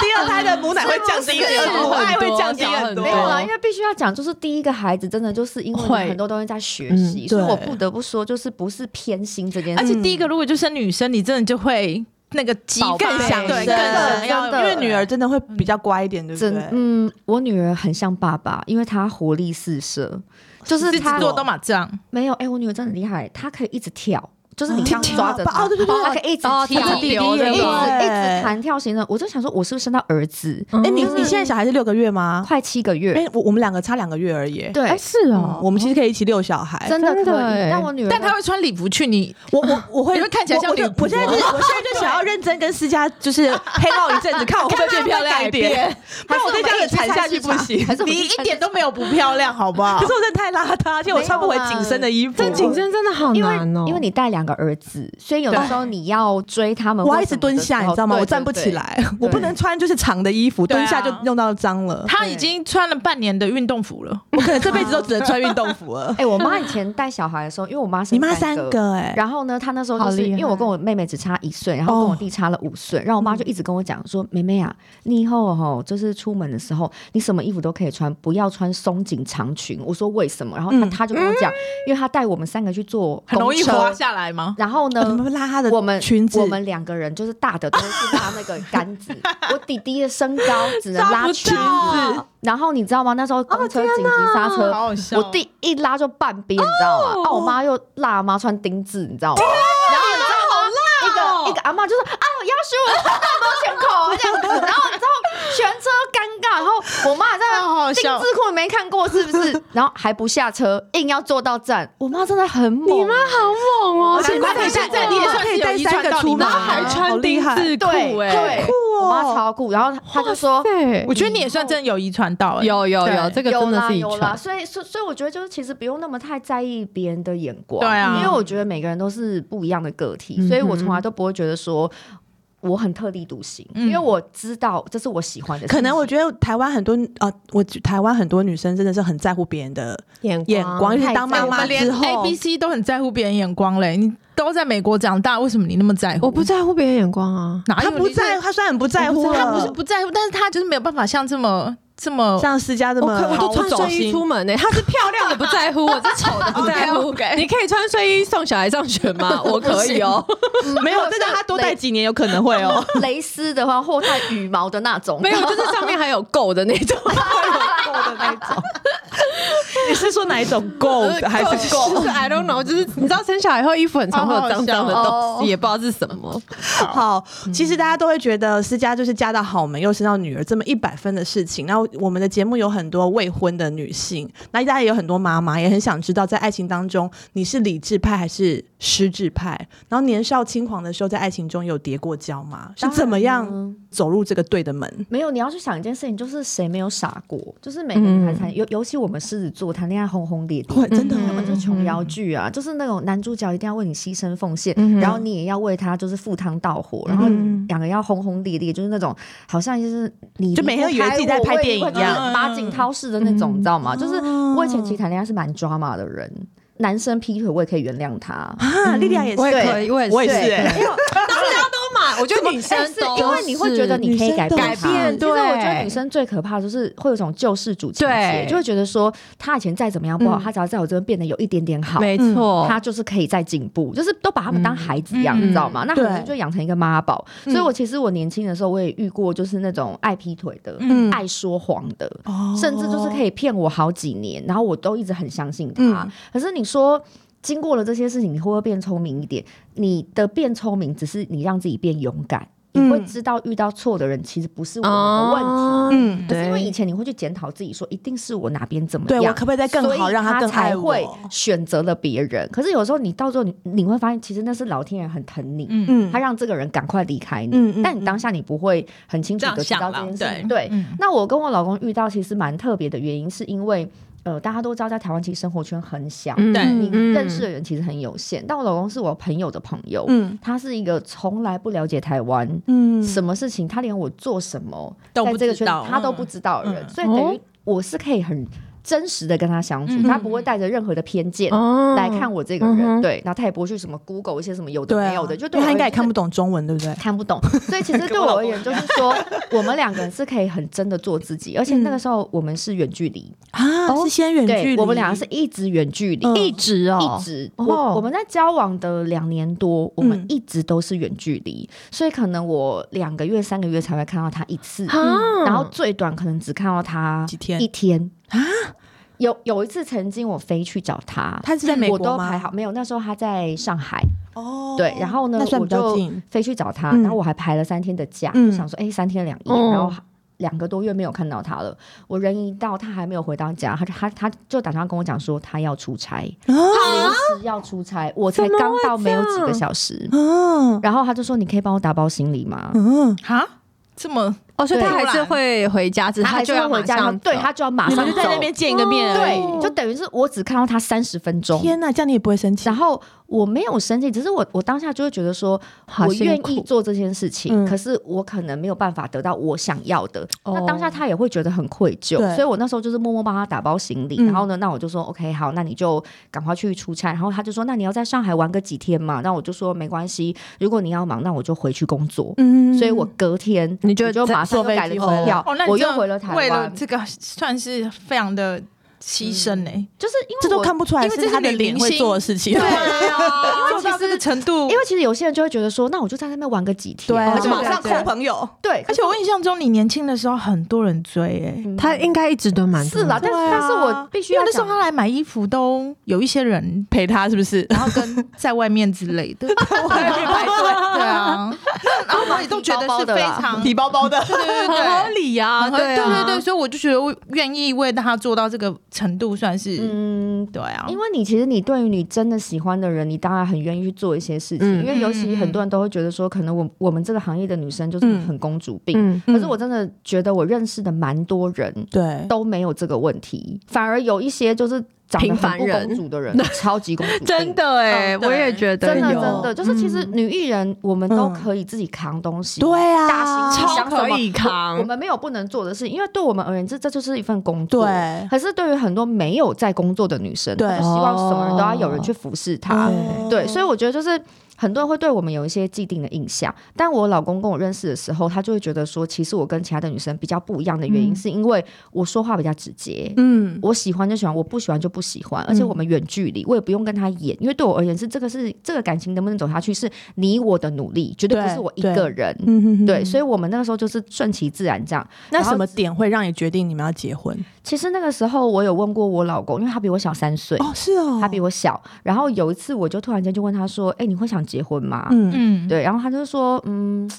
第二胎的母奶会降低
是
母爱会降低
少
很
很
多
多
没有啦，因为必须要讲，就是第一个孩子真的就是因为你
会
很多东西在学
嗯
习，所
对
以我不得不说，就是不是偏心这件
而
事。
且第一个，如果就生女生，你真的就会那个激
宝贝
更想对
真
更
的
想要
真的
因为女儿真的会比较乖一点，对不
真
对？
嗯，我女儿很像爸爸，因为她活力四射，就是
狮
她
子座都麻将，
没有哎、我女儿真的很厉害，她可以一直跳，就是你
哦
刚抓着
跳
她，
哦对对对
她可以一直
哦
跳，
她
自己留
一
着
直一
对
直弹跳型的。我就想说，我是不是生到儿子？
嗯
哎，你
就是
你现在小孩是六个月吗？
快七个月，
哎，我我们两个差两个月而已。
对，
哎是
嗯，我们其实可以一起遛小孩。
真的可
真的哎
以。但我女儿，
但他会穿礼服去你，
我我我会，
你会看起来像
我我就
女仆
我现在就是，我现在就想要认真跟思佳就是黑到一阵子，看我会不会变漂亮一点。不然我在家里产下去不行。
还是我
你
们
一点都没有不漂亮，好不好
可？是我真的太邋遢，而且我穿不回紧身的衣服。
但紧身真的好
因为
难哦，
因为你带两个儿子，所以有的时候你要追他们，
我
或
要一
什
直
么
蹲
的
下，
时
你
候
知道吗？
哦对
我站不
对
起
对
来，我不能穿就是长的衣服，
对啊
蹲下就弄到脏了。
他已经穿了半年的运动服了，
我可能这辈子都只能穿运动服了
<laughs> 哎、。
<laughs>
我妈以前带小孩的时候，因为我妈生
你妈三
三
个哎，
然后呢，她那时候就
好
是
厉害
因为我跟我妹妹只差一岁，然后跟我弟差了五岁，然后我妈就一直跟我讲说：“妹妹啊，你以后哦，就是出门的时候，你什么衣服都可以穿，不要穿松紧长裙。”我说为什么？然后她
嗯
她就跟我讲，因为她带我们三个去坐
很容易
公车
滑下 <laughs> 来吗？
然后
哦你
呢，
们拉她的
我们
裙子，
我们两个人就是大的都是拉那个杆子，我弟弟的身高只能拉裙子，然后你知道吗？那时候公车紧急刹车，
好好笑
我弟一拉就半边，你知道吗？啊，我妈又辣妈穿丁字，你知道吗？然后你知道吗？一个一个阿妈就说：“啊，我要输，我大包全口啊这样子。”然后你知道全车尴尬，然后我妈还在那边
好好
丁
笑
字裤你没看过是不是？然后还不下车，硬要坐到站。我妈真的很猛，你妈
好猛哦，
而且
现
你
在
可以带带，你也算是有遗传到你妈
然后
还
还
穿
穿
丁
丁
字
字裤，
对
哎，
对，
酷欸
我妈
哦。
超酷。然后她就说，
对
我，觉得你也算真的有遗传到、欸，
有有有，
对
这个
有
真的
啦
是遗
有啦，
传，
所以所以所以我觉得就是其实不用那么太在意别人的眼光，
对啊
因为我觉得每个人都是不一样的个体，
嗯
所以我从来都不会觉得说我很特立独行，
嗯
因为我知道这是我喜欢的事情，
可能我觉得台湾很多呃，我台湾很多女生真的是很在乎别人的
眼
眼光，尤其当
哎
妈
我
妈
们
之
连
后
A B C 都很在乎别人眼光嘞，你都在美国长大，为什么你那么在乎？
我不在乎别人眼光啊，
哪有
他不在，，他虽然不在乎
我
了，
不
他不
嗯
是不在乎，但是他就是没有办法像这么这么
像思佳这
我
么
哦可我都穿睡衣出门呢、欸她是漂亮的不在 <laughs> 乎，我是丑的不在乎。你可以穿睡衣送小孩上学 <laughs> 吗？我可以哦、
<laughs>
没有，真的他多戴几年有可能会哦。
蕾丝的话或带羽毛的那种，
没有，就是上面还有够的那 <laughs> 种，
<laughs> 你是说哪一种
呃 <laughs>
够的还是
够哦就是 I don't know，就是你知道生小孩后衣服很常会有脏脏的
好
东
好笑哦
西，也不知道是什么。
好，
嗯
其实大家都会觉得思佳就是嫁到好门，又生到女儿，这么一百分的事情。然后我们的节目有很多未婚的女性，那大家也有很多妈妈，也很想知道在爱情当中你是理智派还是失智派。然后年少轻狂的时候，在爱情中有跌过跤吗？是
当然
怎么样
呢
走入这个对的门？
没有，你要去想一件事情，就是谁没有傻过？就是每个女孩
嗯
谈，尤、尤其我们狮子座谈恋爱轰轰烈
<laughs>
烈，
会真的
根本就是琼
嗯
瑶剧啊，就是那种男主角一定要为你牺牲奉献，
嗯哼
然后你也要为他就是赴汤蹈火，然后两个要轰轰烈烈，就是那种好像就是你
嗯就每天都以为自己在拍电影一样嗯
或者是马景涛式的那种，
嗯
你知道吗？就是我以前其实谈恋爱是蛮抓马的人，男生劈腿我也可以原谅他，
啊，莉莉娅也是，
我也可以，我也
<laughs>
我也是
是。
欸
因为
大家都怕，我觉得女生
哎是
都
因为你会觉得你可以改变
女
它
生都是啊
改变
其实我觉得
对
女生最可怕的就是会有一种救世主情节
对，
就会觉得说她以前再怎么样不好，
嗯
她只要在我这边变得有一点点好，
没
哦
错，
他就是可以再进步，就是都把他们当孩子一样，
嗯
你知道吗？那可能
对
就养成一个妈宝。
嗯
所以我其实我年轻的时候，我也遇过就是那种爱劈腿的、
嗯
爱说谎的，
哦
甚至就是可以骗我好几年，然后我都一直很相信他。
嗯
可是你说。经过了这些事情，你会不会变聪明一点？你的变聪明，只是你让自己变勇敢，
嗯
你会知道遇到错的人其实不是我们的问题。
哦
嗯，
可是因为
对
以前你会去检讨自己，说一定是我哪边怎么
对
样，
我可不可以再更好，
所以
让
他
更爱
才
我？
会选择了别人。可是有时候你到最后你你会发现，其实那是老天爷很疼你，
嗯
嗯
他让这个人赶快离开你。
嗯嗯
但你当下你不会很清楚
这样
的知道
想
这
啦
件，事
对
情。对，
嗯
那我跟我老公遇到其实蛮特别的原因，是因为呃，大家都知道在台湾其实生活圈很小，
嗯
对
你
嗯
认识的人其实很有限。但我老公是我朋友的朋友，
嗯
他是一个从来不了解台湾。
嗯
什么事情，他连我做什么，
都
在
不
这个
知
圈
道
子他都
嗯
不知道的人，
嗯
所以
哦
等于我是可以很真实的跟他相处，
嗯
他不会带着任何的偏见。
哦
来看我这个人，
嗯哼
对，然后他也不会去什么 Google 一些什么有的
对啊
没有的，就
因
对
为
我
他应该
而
也
言
看
就
不
是
懂中文，对不对？
<laughs> 看不懂，所以其实对
跟我老
我而
公
言就是说，我们两个人是可以很真的做自己，而且那个时候我们是远距离，
啊，是先远距
对
离，
我们两个是一直远距离，
嗯
一直哦，
一直，
哦
我我们在交往的两年多，我们
嗯
一直都是远距离，所以可能我两个月、三个月才会看到他一次，
啊
然后最短可能只看到他
几天
一天啊。有有一次，曾经我飞去找他，
他是在美
我
国
都
吗
还好，没有那时候他在上海，
哦，
对，然后呢
那，算
我
比较
就
近，
飞去找他，
嗯
然后我还排了三天的假，
嗯
就想说，哎，三天两夜，
哦
然后两个多月没有看到他了。我人一到，他还没有回到家，他就他他就打电话跟我讲说他要出差，
啊
临时要出差，我才刚到没有几个小时，
嗯
然后他就说你可以帮我打包行李吗？
嗯，
哈，这么
哦，所以他
对
还是会回家，只是
还是
就要
要回
马
家，然后
上
对
走
他就要马
你
上
们就
哦
在那
走
边见个面而已，
对，就等于是我只看到他三十分钟，
天哪，这样你也不会生气
然，后我没有生气，只是我我当下就会觉得说，
好
我
辛
愿意
苦
做这件事情，
嗯
可是我可能没有办法得到我想要的。
哦
那当下他也会觉得很愧疚
对，
所以我那时候就是默默帮他打包行李，
嗯
然后呢，那我就说 OK 好，那你就赶快去出差。然后他就说，那你要在上海玩个几天嘛？那我就说没关系，如果你要忙，那我就回去工作。
嗯
所以我隔天
你就
我就
再
马
坐
上又
飞
改了
机
机
回来
票，
哦，那你
我
真
又
的
回了台
为了
湾，
这个算是非常的牺牲呢，
就是因为
这都
我
看不出来
因为这
他
是
的
你
灵
明
会
星
做的事情，
对啊，因为
其
到这个
实
程度，
因为其实有些人就会觉得说，那我就在那边玩个几天，
对啊
我就
马
回来
上
台湾
朋友，
对，
而且我印象中你年轻的时候很多人追哎。
嗯
他应该一直都蛮
是啦，但是、
对啊
但是我必须
因
要
为那时候
讲
他来买衣服都有一些人
陪他是不是？
然后跟 <laughs> 在外面之类 <laughs> 的，外面排队，对 <laughs> 啊，然后我也都觉得是非常 <laughs>
提包包的，
对
很
对
合
对。
理
啊
呀、
对
对啊
对对，所以我就觉得我愿意为他做到这个程度，算是、
<laughs> 嗯。
对啊，
因为你其实你对于你真的喜欢的人，你当然很愿意去做一些事情，
嗯
因为尤其很多人都会觉得说，可能我我们这个行业的女生就是
嗯
很公主病。
嗯，
<laughs> 可是我真的觉得我认识的蛮多人
<laughs> 对，
都没有这个问题，反而有一些就是长得
平
很
凡
不
人
公主的人， <laughs> 超级公主病，
真的哎、
嗯对
我也觉得
真的
有嗯
真的，就是其实女艺人我们都
嗯
可以自己扛东西，
对啊，
大型
超
想什么
可以扛
我我们没有不能做的事，因为对我们而言，这这就是一份工作。
对，
可是对于很多没有在工作的女生，
对
她们希望什么人都要有人去服侍她。
哦
对，所以我觉得就是很多人会对我们有一些既定的印象。但我老公跟我认识的时候，他就会觉得说，其实我跟其他的女生比较不一样的原因，是因为我说话比较直接。
嗯，
我喜欢就喜欢，我不喜欢就不喜欢，而且我们远距离，我也不用跟他演，因为对我而言是这个是这个感情能不能走下去，是你我的努力，绝对不
对
是我一
对
个人。
嗯哼哼
对，所以我们那个时候就是顺其自然这样。
那
然后
什么点会让你决定你们要结婚？
其实那个时候我有问过我老公，因为他比我小三岁，
哦，是哦，
他比我小。然后有一次我就突然间就问他说：“哎、你会想结婚吗？”
嗯
嗯，
对，然后他就说：“嗯。”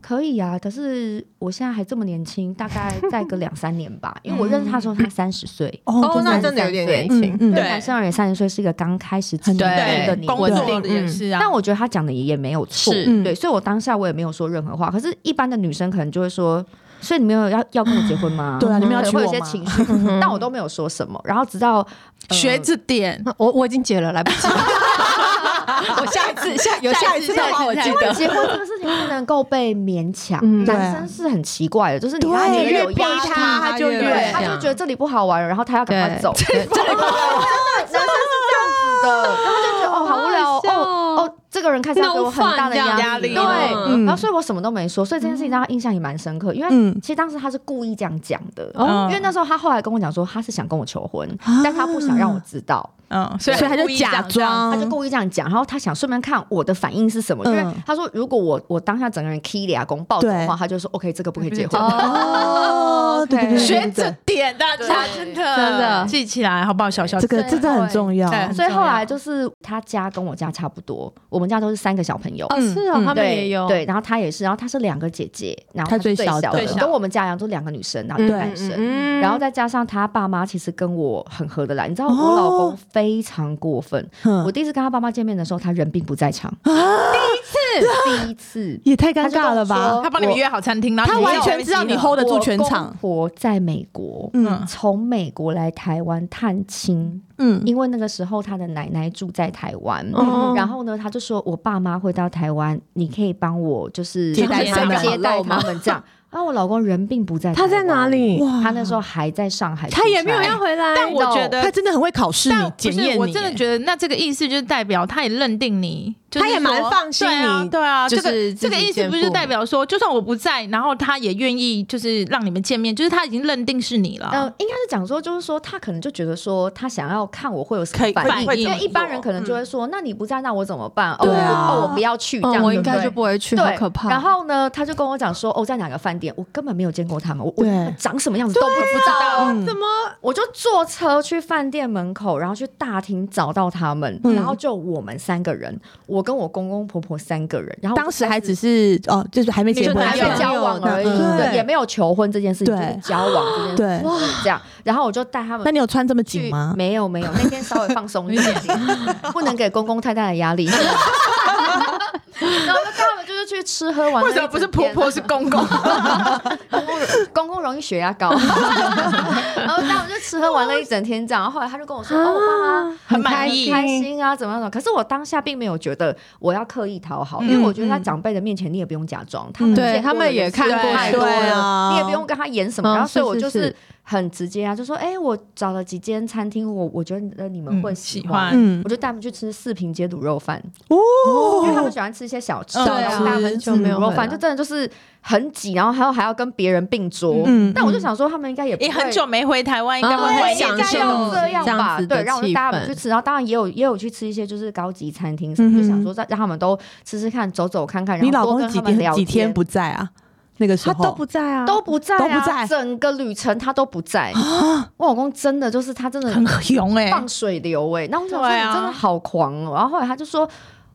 可以啊，可是我现在还这么年轻，大概再个两三年吧。因为我认识他的时候他三十岁，
哦，那
真
真的有点年
嗯
轻。
嗯
对男生而言三十岁是一个刚开始成
对
年的
对，
年
工
龄。
作也是啊，
但我觉得他讲的也也没有错，
是
嗯
对，所以我当下我也没有说任何话。可是，一般的女生可能就会说：“所以你没有要要跟我结婚
<laughs>
吗？”嗯
对啊，你们要
可能
娶
会有
我
些
吗？
情绪， <laughs> 但我都没有说什么。然后直到、呃
学着点，
我我已经结了，来不及。 <laughs> 我下一次下有下一次的话，我记
因为
得。
结婚这个事情不能够被勉强，
嗯
对啊
男生是很奇怪的，就是你
对
让他觉得
越
有压
逼
力，
他
他就越
对，他
想
就觉得这里不好玩了，然后他要赶快走。
对，
<laughs> 真的，男生是这样子的，然后就觉得哦，好无聊哦
好好笑哦
哦，这这个人开始要给我很大的
No fun，
压
这样压力
对，
嗯
然后所以我什么都没说，所以这件事情让他印象也蛮深刻，因为
嗯
其实当时他是故意这样讲的，
哦
因为那时候他后来跟我讲说他是想跟我求婚，
啊
但他不想让我知道，
嗯，所以
所以他就
故意这样
假装
他就故意这样讲，然后他想顺便看我的反应是什么，因
嗯
为他说如果我我当下整个人 k i l 公暴走的话，
对
他就说 OK 这个不可以结婚。
哦，对对对对
学
对
着点，大家真的
真的
记起来好不好？小小
这个真的很重要。
对
所以后来就是他家跟我家差不多，我们家都是三个小朋友。
哦，
嗯
是哦，他们
对
也有，
对，然后他也是，然后他是两个姐姐，然后
她
是
最
最
小
的
的，
最小
跟我们家一样，都两个女生，然后一个
对
男生，
嗯
然后再加上他爸妈其实跟我很合得来，你知道
哦嗯
我老公非常过分，
哼
我第一次跟他爸妈见面的时候，他人并不在场，
啊
第一次，第一次，
也太尴尬了
他就跟我
吧
说？
他帮你们约好餐厅，然后
他
你们
完
要
全知道你 hold 得住全场。
我在美国，
嗯
从美国来台湾探亲，
嗯，
因为那个时候他的奶奶住在台湾，
哦
然后呢，他就说我爸妈会到台湾，你可以帮我就是
接待他们
接待他们这样。然后我老公人并不在，
他在哪？里？
哇
他那时候还在上海出差，
他也没有要回来，
但我觉得
他真的很会考试
但
你，
不
检
是
验你。
我真的觉得，那这个意思就是代表他也认定你，就是
他也蛮
说
放心
对啊
你
对啊，
就
这个
是
这个
自己
意思
见
不是
父母
代表说，就算我不在，然后他也愿意就是让你们见面，就是他已经认定是你
呃
了。，
应该是讲说，就是说他可能就觉得说，他想要看我会有什么
可以
反
会
应，因为
怎么
一般人
做
可能就会说，那你不在，那我怎么办？哦，
对啊
我不哦，我不要去，这
嗯
样
我
对
应该
对
就不会去，
对，
好可怕。
然后呢，他就跟我讲说，哦，在哪个饭店，我根本没有见过他们，我我
对
他们长什么样子都不知道。
嗯
怎么？
我就坐车去饭店门口，然后去大厅找到他们，
嗯
然后就我们三个人，我跟我公公婆婆三个人，然后
当时还只是哦，就是还没结婚，
你就
还
还
没
没有
交往而已，
嗯
对，也没有求婚这件事情，就
对
是交往这件事
对
情，这样。然后我就带他们
那你有穿这么
去
紧吗？
没有没有，那天稍微放松一点，
<laughs>
不能给公公太大的压力。 <laughs> 然后就带他们就是去吃喝玩乐一整天，啊
为什么不是婆婆是公公？
公公容 <laughs> 公公容易
<laughs>
血压高，然后带我们就吃喝玩乐一整天这样。然后后来他就跟我
啊
说：“哦，我爸妈
很
开
满
心
意，
开心啊，怎么样怎么样。”可是我当下并没有觉得我要刻意讨好，因为我觉得在长辈的面前你也不用假装，他们
嗯对
见过
他们
的
也
人
看
太
过
多
对
了
啊
你也不用跟他演什么。
嗯
然后所以
是
我
是
就是
是
很直接啊，就说：“哎，我找了几间餐厅，我我觉得你们会
嗯
喜
喜
欢
欢。
嗯
我，就带他们去吃四平街卤肉饭，因为他们
哦，
喜欢吃一些小吃，
嗯
啊
然后带他们
很啊久没有
然后
回来，
反正就真的就是很挤，然后还要还要跟别人并桌。
嗯
但我就想说，他们应该也不
你很
会
久没回台湾，应该啊
嗯
会怀
想
念
应该
家
象
要啊
中
这
乡。
样
这
吧
样？子的
对，让我们
气
大家
氛
去吃，然后当然也有也有去吃一些就是高级餐厅什么，
嗯哼
就想说让让他们都吃吃看，走走看看，然
你
后
老
多跟
公
他
几
们聊
天几
天
天。不在啊？那个时
他
候
都不在啊，
都不在、啊，啊
都不在
整个旅程他都不在。我老公真的就是他真的
很勇哎、
放水流哎、然后我想说
对
你
啊
真的好狂哦、然后后来他就说，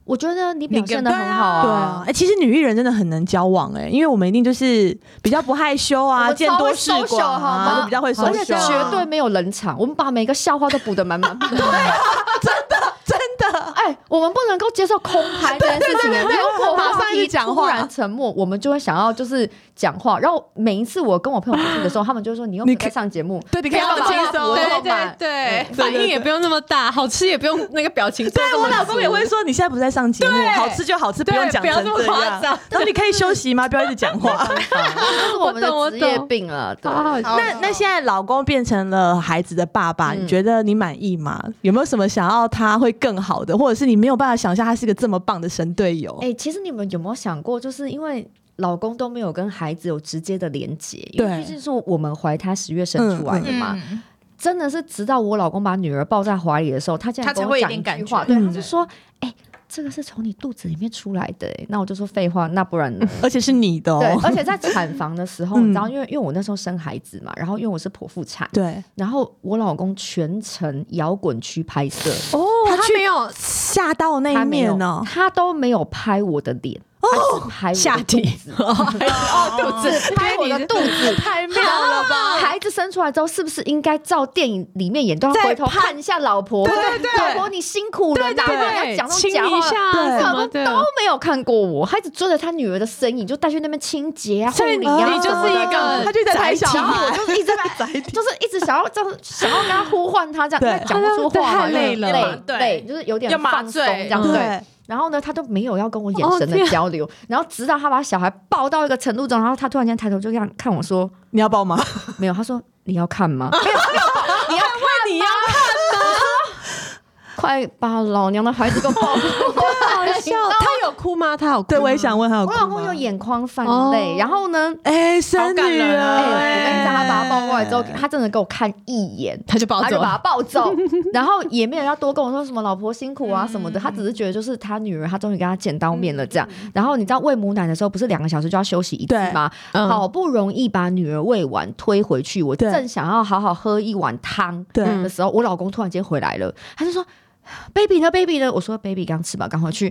我觉得你表
你
现
跟
的
对
很
啊
好
对啊，哎、其实女艺人真的很能交往哎、因为我们一定就是比较不害羞
我
啊，
们
见
超会
多识
social
广
好吗
啊，就比较会 social，
而且
啊
绝对没有冷场，我们把每个笑话都补得满满。
<laughs>
对，真的真的，哎，我们不能够接受空拍这件事
<laughs>
情。如果
马
话
上
题
去讲
突
话
然沉默，我们就会想要就是讲话。然后每一次我跟我朋友出去的时候，他们就会说你又没有
你可
在上节目，
对，你可以
不要
放
把
轻
话补
松。
得
对
那么
对
满
对，
嗯
反应也不用那么大， <laughs> 好吃也不用那个表情。对
我老公也会说，你现在不在上节目，好吃就好吃，不用讲
不要
成
这么
这
夸
样。
张
然后你可以休息吗？不要一直讲
<laughs>
话。
这是我
我
们的
懂
职
我
业
懂
病了。对，
好好笑
那那现在老公变成了孩子的爸爸，
嗯
你觉得你满意吗？有没有什么想要他会更好的，或者是你没有办法想象他是个这么棒的神队友？
哎、其实你们有没有想过，就是因为老公都没有跟孩子有直接的连接，因为
对
毕竟是我们怀他十月生出来的嘛。
嗯，
真的是直到我老公把女儿抱在怀里的时候，他竟然
他才
跟我
会有
讲
点
一
感
句
觉
话，对，他
嗯
就说：“哎、这个是从你肚子里面出来的、欸。”那我就说废话，那不然呢？
而且是你的
<laughs> 对
哦，，
而且在产房的时 <laughs> 候，你知道，
嗯
因为因为我那时候生孩子嘛，然后因为我是剖腹产，
对，
然后我老公全程摇滚区拍摄，
哦，他没有
吓到那
他
一
没有
面哦，
他都没有拍我的脸，他只拍我
下
的肚
体
子。
哦，肚
只拍我的肚
<laughs>
子，太妙了吧！孩子生出来之后，是不是应该照电影里面演，都要回头看一下老婆？对对，老婆你辛苦了，哪有人家讲那种
亲
假
一
话？
下
对
什
老
么
公
的，
都没有看过我，孩子追着他女儿的身影就带去那边清洁啊、护
所以你
理啊，
你就是一个
哦他就在啊拍小
然
啊
后我
孩，
就是一
<laughs>
直在，就是一直想要这样， <laughs> 想要跟他呼唤他这样，
对
但讲不出话嘛，
太累
因为
了
累
对
累，就是有点
要麻
放松
醉
这样
嗯
对。
对，
然后呢，他都没有要跟我眼神
哦
的
天
交流，然后直到他把小孩抱到一个程度中，然后他突然间抬头就这样看 <laughs> 我说
你要抱吗？：“
没有。”他说：“你要看吗？”没有，没有，你要看吗？
<laughs>
你要看吗？快把老娘的孩子给我抱过来！
笑。
他有哭吗？他有哭吗
对，我也想问他有哭
<laughs> 我
吗
老公有眼眶泛
哦
泪，然后呢，
哎，生
感
女儿，
人啊
哎、我跟你讲，他把他抱过来之后，
哎
他真的给我看一眼，
他就抱
他就
走
把他
了。
抱走，然后也没有要多跟我说什么老婆辛苦啊什么的，他只是觉得就是他女儿，他终于跟他见到面了这样。然后你知道喂母奶的时候不是两个小时就要休息一次
对
吗？
嗯
好不容易把女儿喂完推回去，我
对
正想要好好喝一碗汤
对
的时候，我老公突然间回来了，他就说。baby 呢？baby 呢？我说 baby 刚吃饱，刚回去。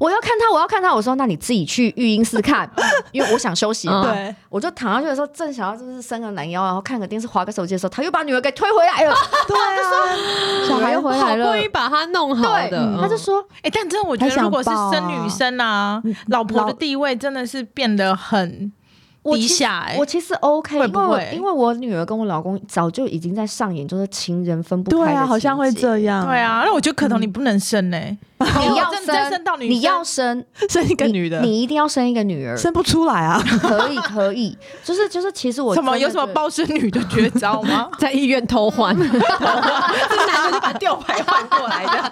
我要看他，我要看他。我说那你自己去育婴室看，因为我想休息嘛。
嗯
对，
我就躺下去的时候，正想要就是伸个懒腰，然后看个电视、划个手机的时候，他又把女儿给推回
<laughs>
来了。
对啊，
小孩又回来
好
了
不容，易把他弄好
对，
的，
嗯他就说
哎、但真的，我觉得
还想
如果是
抱啊
生女生啊，老婆的
老
地位真的是变得很
我
低
其实
下、欸。
我其实 OK，
会
因
不
为我
会
因为我女儿跟我老公早就已经在上演就是情人分不开的
对啊，好像会
情节。
这样。
对，啊，那我觉得可彤你不能生欸呢、
你要
哦真的真生到女生
你要生
生一个女的，
你一定要生一个女儿，
生不出来啊，
可以可以，就是就是，其实我
什么
真的
有什么
觉得
包生女的绝招吗？
在医院偷 <laughs> 换，
这男的就把吊牌换过
<laughs>
来的，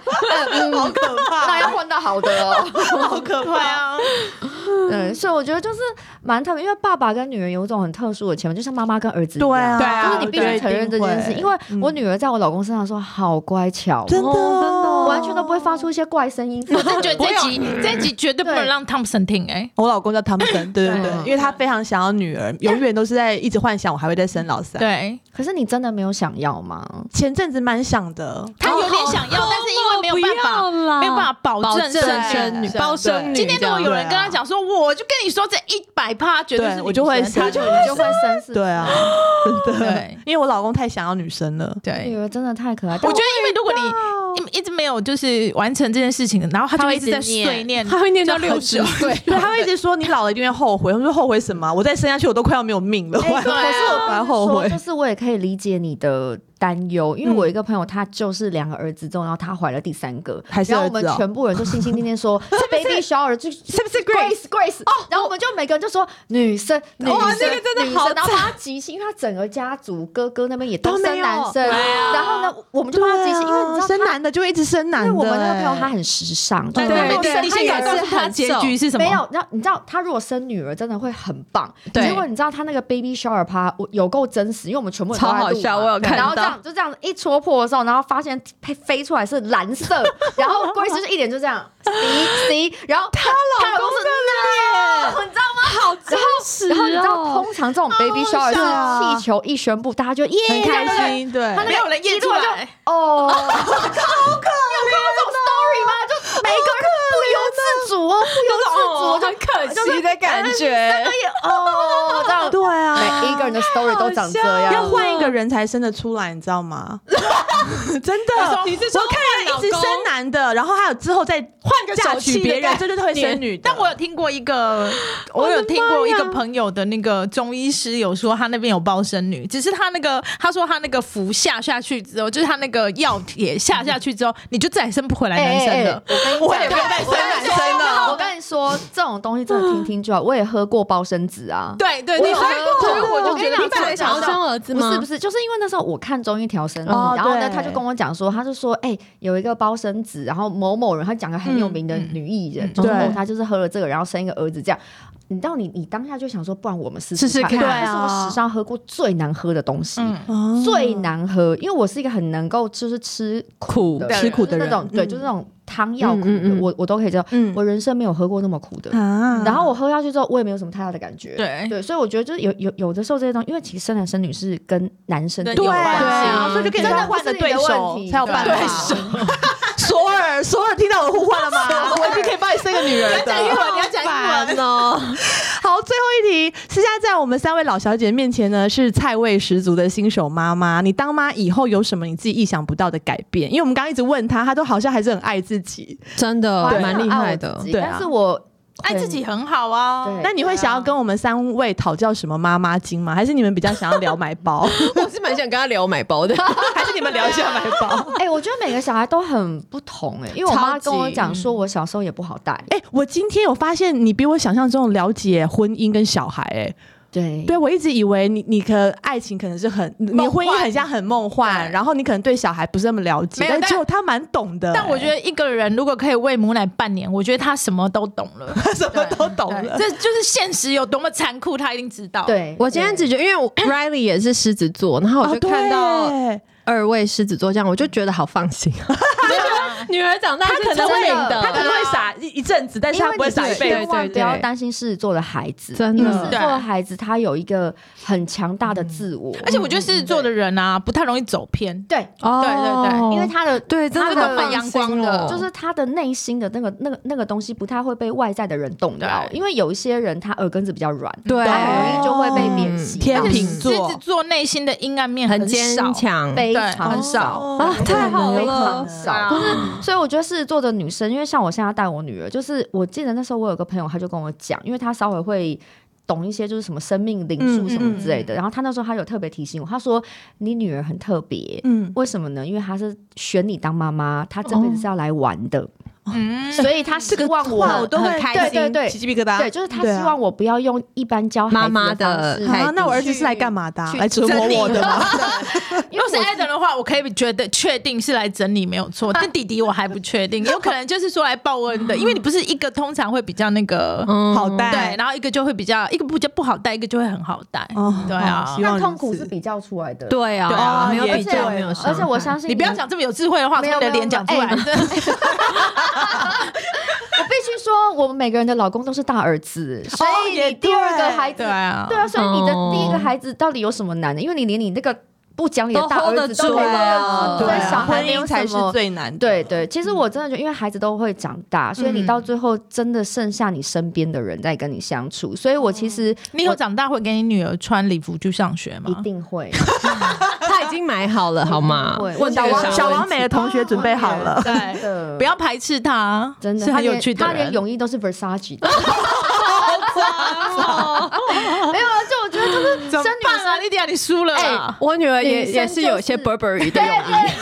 好可
那
啊
怕，
要换到好的哦。
好可怕啊！嗯
对，所以我觉得就是蛮特别，因为爸爸跟女儿有一种很特殊的牵绊，就像妈妈跟儿子一样。
对啊，
对啊
就是你必须承认这件事，因为我女儿在我老公身上说好乖巧，
真的
哦真的
哦
哦
完全都不会发出一些怪声
<laughs>
音。
<laughs> 我真觉得这集这集绝对不能
对
让汤森听哎、
<laughs> 我老公叫汤森，对对对
对，
因为他非常想要女儿，永远都是在一直幻想我还会再生老三。，
对
可是你真的没有想要吗？
前阵子蛮想的，
他有点想要，但是因为没有办
哦
法，没有办法保
保
证
证
生
生
女啊
女，。包生女这
今
样。
天如果有人跟他讲说，我就跟你说这一百趴绝是
啊对
女
我就会
生他就
你就会生是。
对
<laughs>
啊，真的
对，
因为我老公太想要女生了。
女
对。
儿真的太可爱，
我觉得，因为如果你一一直没有就是完成这件事情，然后他
他
就
会
一直在碎念，
他会念到六十
<laughs>
岁，
对，他会一直说你老了一定会后悔。我说后悔什么？啊我再生下去我都快要没有命 <laughs> 了，哎我还
可是我
还后悔
说，啊就。是我也可以理解你的担忧，因为我一个朋友，她就是两个儿子中，然后她怀了第三个，
还是
然后
儿
我们
子哦
全部人就心心念念说这 baby shower 就是
不是
Grace Grace 哦，然后我们就每个人就说女生女
那
生
个真的
女
好
生，然后把他急性，因为他整个家族哥哥那边也
都
都
没
生
有
男生，然后呢，我们就帮他急性，因为你知道
啊生
他
男的就一直生男
因
的、
为我们那个
哎
朋友他很时尚，就是
对
他如果
对
生
对
他也
他也
是
是
他结局是什么？
没有，那你知道他如果生女儿真的会很棒，
对
结果你知道他那个 baby shower 趴我有够真实，因为我们全部人都
超
在
好
录嘛
笑我有看
然后这
到
样就这样一戳破的时候，然后发现呸飞出来是蓝色，然后 Grace 就一脸就这样 <laughs> C C，然后她老公是 no，你知道吗？好真
实
然后你知道，
哦
通常这种 baby shower
好笑啊
是气球一宣布，大家就耶，
很开
对
心，对
他那个
没有人验出来，
不对哦，好可怜，有看过 <laughs> 这种 story 吗？就每个人不由自主哦，不由自主，就
可惜的感觉。
哎呀哦，这样
对啊，
每一个人的 story 都长这样，
要换一个人才生得出来，你知道吗？ <laughs> 真的， <laughs>
你是说
我看他一直
老公
生男的，然后还有之后再换
个
嫁
手
娶
机的
别人，
概
这就是会生女的。
<laughs> 但我有听过一个，我有听过一个朋友的那个中医师有说他那边有包生女，只是他那个他说他那个服下下去之后，就是他那个药帖下下去之后，你就再也生不回来男生
哎
了。
我也
不要再生男生了
我跟你说，这种东西真的听听就好。我也喝过包生子啊，
对对，你所以所以我就觉得
你本来想要生儿子
不
吗？
是不是，就是因为那时候我看中医调生子，
哦
然后呢，
对
他就跟我讲说，他就说，哎、有一个包生子，然后某某人，他讲个很有名的女艺人，就是
对
哦她就是喝了这个，然后生一个儿子这样。你到你你当下就想说，不然我们试
试试
看，
看
这
对
啊
是我史上喝过最难喝的东西。
嗯
哦
最难喝，因为我是一个很能够就是吃苦的
苦吃
苦的
就是那种
人
对，
嗯
就是那种汤药苦的，
嗯嗯嗯
我我都可以接受。
嗯
我人生没有喝过那么苦的，
啊
然后我喝下去之后，我也没有什么太大的感觉。
对哎
对，所以我觉得就是有有有的时候这些东西，因为其实生男生女是跟男生
对
对
有
有
关
关系
啊，
啊
所以就跟
真
人
的
家换
不是
对
你的
手
问题啊
才有办法。
对
哦
<laughs> 索尔，索尔听到我互换了吗？ <laughs> 我已经可以帮你生个女儿的。
你要讲英文，
哦，
好，最后一题，私下在我们三位老小姐面前呢，是菜味十足的新手妈妈。你当妈以后有什么你自己意想不到的改变？因为我们刚刚一直问她，她都好像还是很爱自己。
真的
<laughs> 我还是
蛮
很
厉
啊爱我
害
自
的
己。
对啊
但是我
爱哎自己很好啊。
对
<laughs> 那你会想要跟我们三位讨教什么妈妈经吗？还是你们比较想要聊买 <laughs> 包？
我是蛮想跟他聊买包的，
还是你们聊一下买 <laughs> 包？
哎、我觉得每个小孩都很不同哎、因为我妈跟我讲说，我小时候也不好带。
哎、我今天有发现你比我想象中了解婚姻跟小孩、哎，
对
对，我一直以为你你的爱情可能是很，你的婚姻很像很梦幻，
对
然后你可能对小孩不是那么了解，
没有
但
但
结果他蛮懂的欸、
但我觉得一个人如果可以喂母奶半年，我觉得他什么都懂了， <laughs>
他什么都懂
对
了。
这就是现实有多么残酷，他一定知道。，
对，
<laughs> 我今天只觉得，因为我 Riley 也是狮子座，然后我
哦
就看到
对
二位狮子座这样，我就觉得好放心。
啊
女儿长大
他可能会
真的
他可能会傻一一阵子，但是
因
他
为
不会傻一
你
辈
对
子
千。万不要
对
担心狮子座的孩子，
真的
因为狮子座
对
的孩子他有一个很强大的自我，
而且我觉得狮子座的人啊，不太容易走偏。
对，
哦
对对
嗯因为他的
对，真
他
的
的
好放
阳光
心哦
的
就是他的内心的那个、那个、那个东西不太会被外在的人动摇，
对
因为有一些人他耳根子比较软，
对
哦
他很容易就会被别人
嗯
洗脑
天秤
狮
座
子座内心的阴暗面
很坚
少，
强，
非
对
常
很少
少。
哦
啊太好
非
了
常
对
少，就是所以我觉得狮子座的女生，因为像我现在带我女儿，就是我记得那时候我有个朋友，他就跟我讲，因为他稍微会。懂一些就是什么生命灵数什
嗯
么之类的，然后他那时候他有特别提醒我，他说你女儿很特别，
嗯，
为什么呢？因为她是选你当妈妈，她这辈
哦
子是要来玩的，
嗯，
所以她希望我
哇，我都会
很开
心
对对对啊
起
鸡皮疙瘩
对，就是他希望我不要用一般教孩
啊妈妈
子的
的
方式，
态
啊，
度
那我儿子是来干嘛的啊？来折磨我的吗？
因
如
为
果是啊
我
Adam 的话，我可以觉得确定是来整理没有错，但弟弟我还不确 <laughs> 定，有可能就是说来报恩的，因为你不是一个通常会比较那个，
嗯
好带
嗯对，然后一个就会比较，一个比较不好带，一个就会很好带，
哦
对啊
希望
那
如
痛苦
此
是比较出来的，
对
对
啊，
啊
没有
也
比较，
对
没有伤害
而且我相信
你不要。讲这么有智慧的话，
没有
从你的脸讲出来，
没有
真的
我必须说，我们每个人的老公都是大儿子，所以
也
你第二个
对
孩子，
对啊
对，啊，所以你的
哦
第一个孩子到底有什么难的？因为你连你那个不讲理的
都
大
hold
儿
得
子都
住
可以
啊
hold 得住，所以
对啊
小孩
婚
没有
姻才
什
是
么
最难的。
对
嗯
对，其实我真的觉得，因为孩子都会长大，所以你到最后真的剩下你身边的人在跟你相处。所以我其实
你以后长大会给你女儿穿礼服去上学
一
吗？
定会，
他已经买好了，好吗？
对
<laughs> 问
小
这个
王
问
小王
题
美的同学准备好了，
对，
的
不要排斥她，
真的
是
他
很有
连
趣的
他连
人。
泳衣都是 Versace 的。没有啊，就我觉得就是
怎么
生女
办
生
啊，莉迪亚，你输了啊啦。
我女儿也
女生
也是有一些
就是
Burberry 的泳
<laughs>
衣，
哎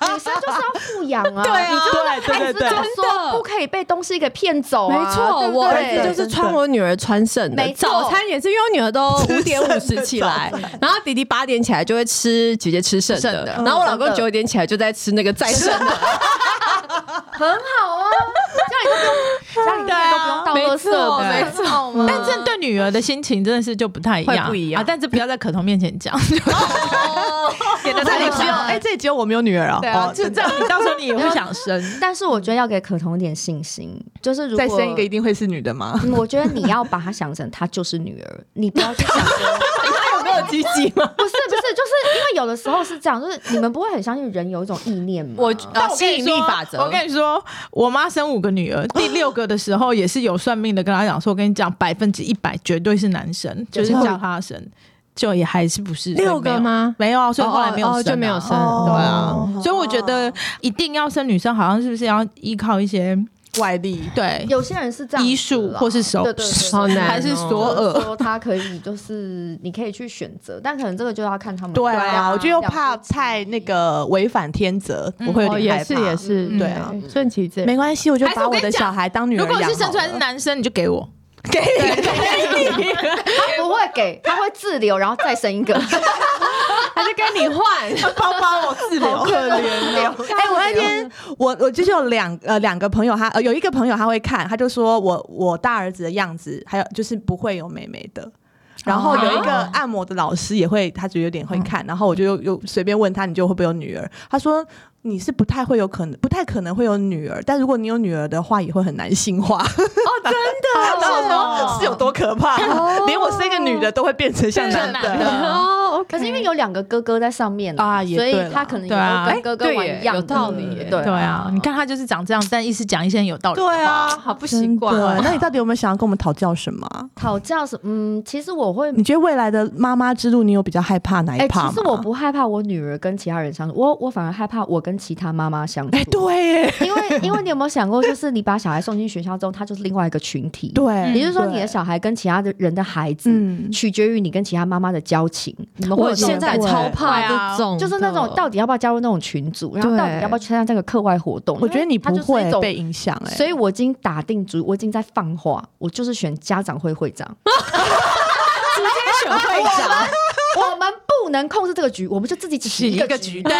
女生就是要富养啊，
对啊
你就是
对对
孩子
对
就
真
说
的
不可以被东西给骗走啊，
没错，
对不
我儿
对
子就是穿我女儿穿剩的
没，错
早餐也是因为我女儿都五点五十起 <laughs> 来，然后弟弟八点起来就会吃直接吃剩
剩
的
的，
然后我老公
真的
九点起来就在吃那个再剩 <laughs> 的，
很好啊，家里都不用，家里面都不用倒垃圾的，
没
很好吗？
但这对女儿的心情真的是就不太一样，
哎会不一样哦
啊但是不要在可彤面
<laughs>
前讲，
演的太
太
只
<laughs>
有
像
哎，这集我没有女儿哦
对啊，
哦，
就这样，你到时候你也会想生。
但是我觉得要给可彤一点信心，就是如果
再生一个一定会是女的吗？
嗯我觉得你要把她想成她就是女儿，你不要去想说。
有没有积极吗？
不是不是，就是因为有的时候是这样，就是你们不会很相信人有一种意念吗？
<laughs> 我呃
但我跟
吸
你
引
说
力法则，
我跟你说，我妈生五个
<laughs>
女儿，第六个的时候也是有算命的跟她讲说，我跟你讲，百分之一百绝对是男生，就是叫她生，就也还是不是
六个？吗？
所以没有没有啊，所以后来没有生啊、
哦哦就没有生，
哦
对啊，
哦
所以我觉得一定要生女生，好像是不是要依靠一些
外力
对
有些人是这样子啦，
医术或是手
对对对
好难哦，
还是索
就是
尔？
说他可以，就是你可以去选择，但可能这个就要看他们。
对啊，我就又怕太那个违反天责，我会有
哦
点
也
害
是
怕。
也是，
嗯
对啊，
顺其自然。
没关系，我就把我
还是我跟
的
你讲
小孩当女儿
如果
养
是生出来
好
是
了
男生，你就给我。
给你，给你。
他不会给，他会自留，然后再生
<laughs>
一个。
哎
还是跟你换，
包包我自留，好可怜哦！哎，我那
<laughs>
天我我就是有两呃两个朋友他，呃有一个朋友他会看，他就说我我大儿子的样子，还有就是不会有妹妹的。然后有一个按摩的老师也会，他就有点会看，然后我就又又随便问他，你就会不会有女儿？他说你是不太会有可能，不太可能会有女儿，但如果你有女儿的话，也会很男性化。 <laughs> 然后我说是有多可怕，连我生一个女的都会哦变成像男
是男
的 <laughs>
的。
哦，
啊可是因为有两个哥哥在上面
啊也
所以
对啦
他可能也
对啊
要跟哥哥
哎
玩
对耶
一样的，
有道理耶
对
对啊，你看他就是长这样，但意思讲一些很有道理的话。
对啊，
好不习
真
惯
的。
哦。
那你到底有没有想要跟我们讨教什么啊？
讨教是嗯，其实我会
你觉得未来的妈妈之路，你有比较害怕哪一
哎，
趴吗？
其实我不害怕我女儿跟其他人相处，我我反而害怕我跟其他妈妈相处。
哎、对耶， <laughs>
因为因为你有没有想过，就是你把小孩送进学校之后，他就是另外一个群体。
对，
也就是说，
对
嗯你的小孩跟其他的人的孩子，
嗯
取决于你跟其他妈妈的交情。你们会
我
有这种
现在
对
超
对
怕
啊
这种的，
就是那种到底要不要加入那种群组，然后
对
到底要不要参加这个课外活动？
我觉得你不
因为它就是
会
一种
被。影响哎、
所以
<laughs>
我已经打定主，我已经在放话，我就是选家长会会长。
选会 <laughs> 长，
我们不能控制这个局，我们就自己起一
<laughs>
个局。
对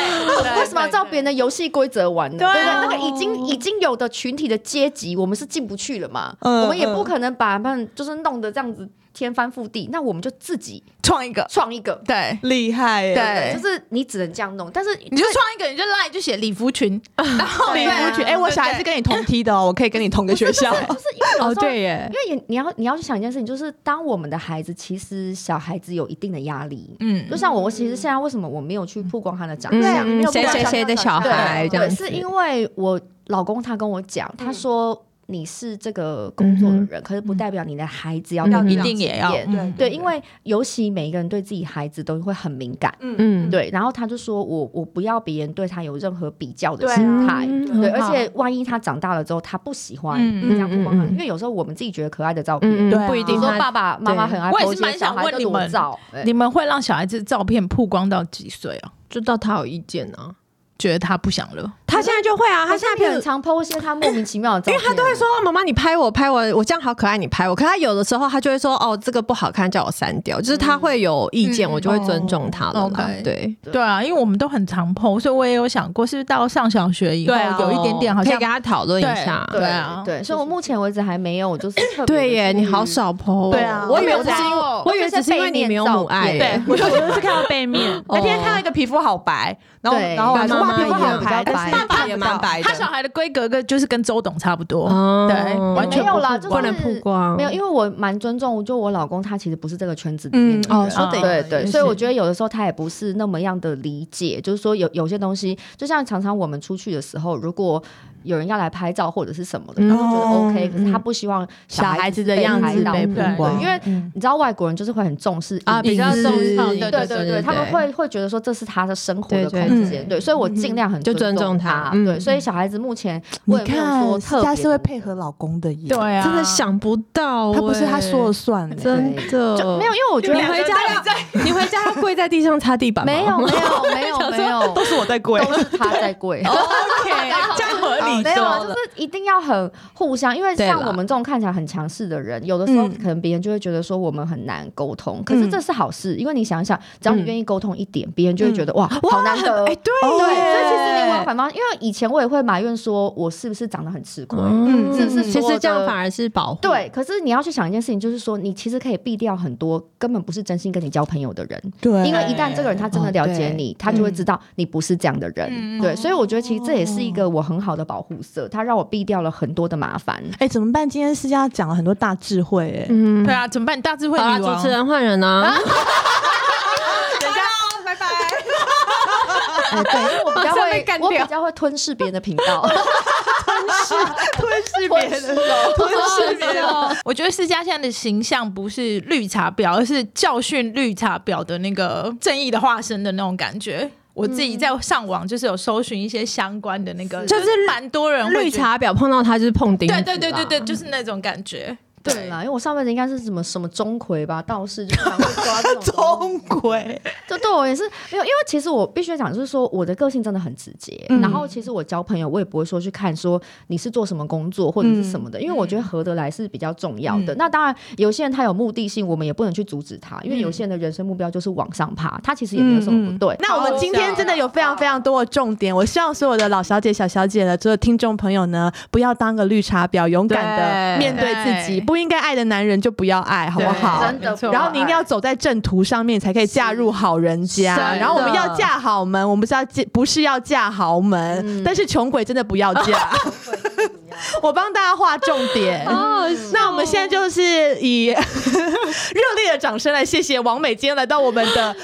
为什么要照别人的游戏规则玩呢？
对
对
啊
不对？那个已经已经有的群体的阶级，我们是进不去了嘛？
嗯
我们也不可能把他们就是弄得这样子天翻覆地，那我们就自己
创一个？
创一个。
对，
厉害耶！
对
就是你只能这样弄，但是
你就创一个，你就赖就写礼服群，然后
礼
对啊
服裙，哎，我小孩是跟你同梯 <laughs> 的哦，我可以跟你同个学 <laughs> 校。
就是因为有时候
哦，对耶
因，为你你要 <laughs> 你要去想一件事情，就是当我们的孩子，其实小孩子有一定的压力。
嗯
就，像我，我其实现在为什么我没有去曝光他的长
嗯
相，没有曝
谁
光
谁
他
谁的小
对
孩这样
对，
子
是，因为我老公他跟我讲，他
嗯
说你是这个工作的人，可是不代表你的孩子要
嗯
到
一
那
一
样
定也要
子的
嗯
对，因为尤其每一个人对自己孩子都会很敏感。
嗯，
对，然后他就说我我不要别人对他有任何比较的
对啊
心态，
嗯
对，
很
而
好
且万一他长大了之后他不喜欢，
嗯
这样不光
嗯嗯嗯
因为有时候我们自己觉得可爱的照片，
嗯
对啊
嗯，不一
比
定
如说
他
爸爸妈妈很爱
我也
po
是蛮
些小
想
孩
问
的
你
裸
们
照，哎
你们会让小孩子照片曝光到几岁哦？
就到他有意见啊。
觉得他不想了，
他现在就会啊，他
他
现
现
在
在
譬如
很常 po 一些他莫名其妙的照片，
因为他都会说：“妈妈，你拍我，拍我，我这样好可爱，你拍我。”可他有的时候他就会说：“哦，这个不好看，叫我删掉。”就是他会有意见，
嗯
我就会尊重他了啦。
OK
对，
对
对啊，因为我们都很常碰，所以我也有想过，是不是到上小学以后有一点
啊
点好
啊可以
像
跟他讨论一下。
对
对啊
对，所以我目前为止还没有 <coughs> 就是特别
对耶，
地去
你好少剖。
对啊
我以为
我
只是因为
我
我以为只是因为你没有母爱耶。
对，
<laughs>
我就是看到背面，
<laughs> 哦
那天看到一个皮肤好白，然后
对
然后我还说
跟妈
哇，
妈
皮肤好
一样
白，
比较
但是
白
爸爸
也蛮白
他小孩的规格跟就是跟周董差不多，
哦
对，完全
没有啦，
不
就是
曝
不能曝光
没有，因为我蛮尊重，就我老公他其实不是这个圈子里面的
嗯
人
哦说得也
对
是
对，
也
所以
是
我觉得有的时候他也不是那么样的理解，就是说有有些东西，就像常常我们出去的时候，如果有人要来拍照或者是什么的，他就觉得
哦
OK，可是他不希望小孩子的样
子被
曝光
因为你知道外国人就是会很重视
嗯啊，
隐
比较
私
重视，
对对对他们会会觉得说这是他的生活的
对对
空
对
间，对，所以我尽量很
就尊重
重
他嗯
对，所以小孩子目前
你
我也没有
看，
说特
人家
别
是会
的
配合老公的耶，
对，啊，
真的想不到欸，
他不是他说了算的，
真的
呃
就没有，因为我觉
你
得
回家要你回家要跪在地上擦地板吗？
没有没有没有没有，
都是我在
<laughs>
跪
都是他在跪。
<laughs>
，OK，这样合理
没有啊，
多
就
了
是。一定要很互相，因为
对
像
啦
我们这种看起来很强势的人，有的时候
嗯
可能别人就会觉得说我们很难沟通，可是这是好事，因为你想想，只要你愿意沟通一点，别人就会觉得哇，好难得。
哎，对
哦
对，所以其
耶
实你往反方，因为以前我也会埋怨说我是不是长得很吃亏，
嗯
是不
是
其
所有
实这样
的
反而是保护，
对，可是你要去想一件事情，就是说你其实可以避掉很多根本不是真心跟你交朋友的人，
对，
因为一旦这个人他真的了解你，他就会知道你不是这样的人。
嗯
对，所以我觉得其实这也是一个我很好的保护色，它让我避掉了很多的麻烦。
哎，怎么办？今天是要讲了很多大智慧，哎， <laughs>
嗯
对，啊，怎么办？大智慧
好啦，
女
主
王
持，人换人啊，
<laughs> 哎，对，因为 <laughs> 我比较
被
会
干，
我
掉
比较会吞噬别人的频道，
吞噬别人，吞噬别人，
我觉得世嘉现在的形象不是绿茶婊，而是教训绿茶婊的那个正义的化身的那种感觉。我自己在上网就是有搜寻一些相关的那个，
嗯就是
蛮多人
绿
会觉得，
茶婊嗯碰到他就是碰钉子
对
啦，
对对对对，就是那种感觉。
<laughs> <laughs> 对啦，因为我上辈子应该是什么什么钟馗吧，道士就常会抓这种东西
中鬼，
就对我也是没有，因为其实我必须讲，就是说我的个性真的很直接。然后其实我交朋友，我也不会说去看说你是做什么工作或者是什么的，因为我觉得合得来是比较重要的。那当然，有些人他有目的性，我们也不能去阻止他，因为有些人的人生目标就是往上爬，他其实也没有什么不对。
那我们今天真的有非常非常多的重点，我希望所有的老小姐、小小姐的所有听众朋友呢，不要当个绿茶婊，勇敢的
对
面对自己，
对
不应该爱的男人就不要爱，好不好？
真的
没错
然后你一定要走在正途上面，才可以嫁入好人家
是真。的
然后我们要嫁好门，我们不是要嫁，不是要嫁豪门，但是穷鬼真的不要嫁。我帮大家画重点。那我们现在就是以热烈的掌声来谢谢王美今天来到我们的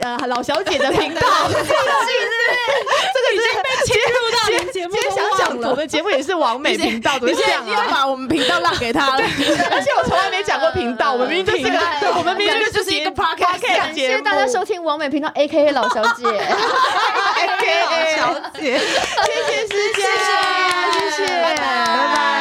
呃老小姐的频道。这个已经被切入到
连节目
今天
都
想
忘
讲
了
我们节目也是王美频道，怎么
你
会这
现
样
在
啊？
又把我们频道让给他了，
<laughs> 而且我从来没讲过频 <laughs> 道，我们明明就是个，对我们明明就是一个 podcast
感
节
谢
目，
大家收听王美频道 A K A 老小姐， <laughs>
，A K A 小姐，谢谢师姐，谢谢，拜拜。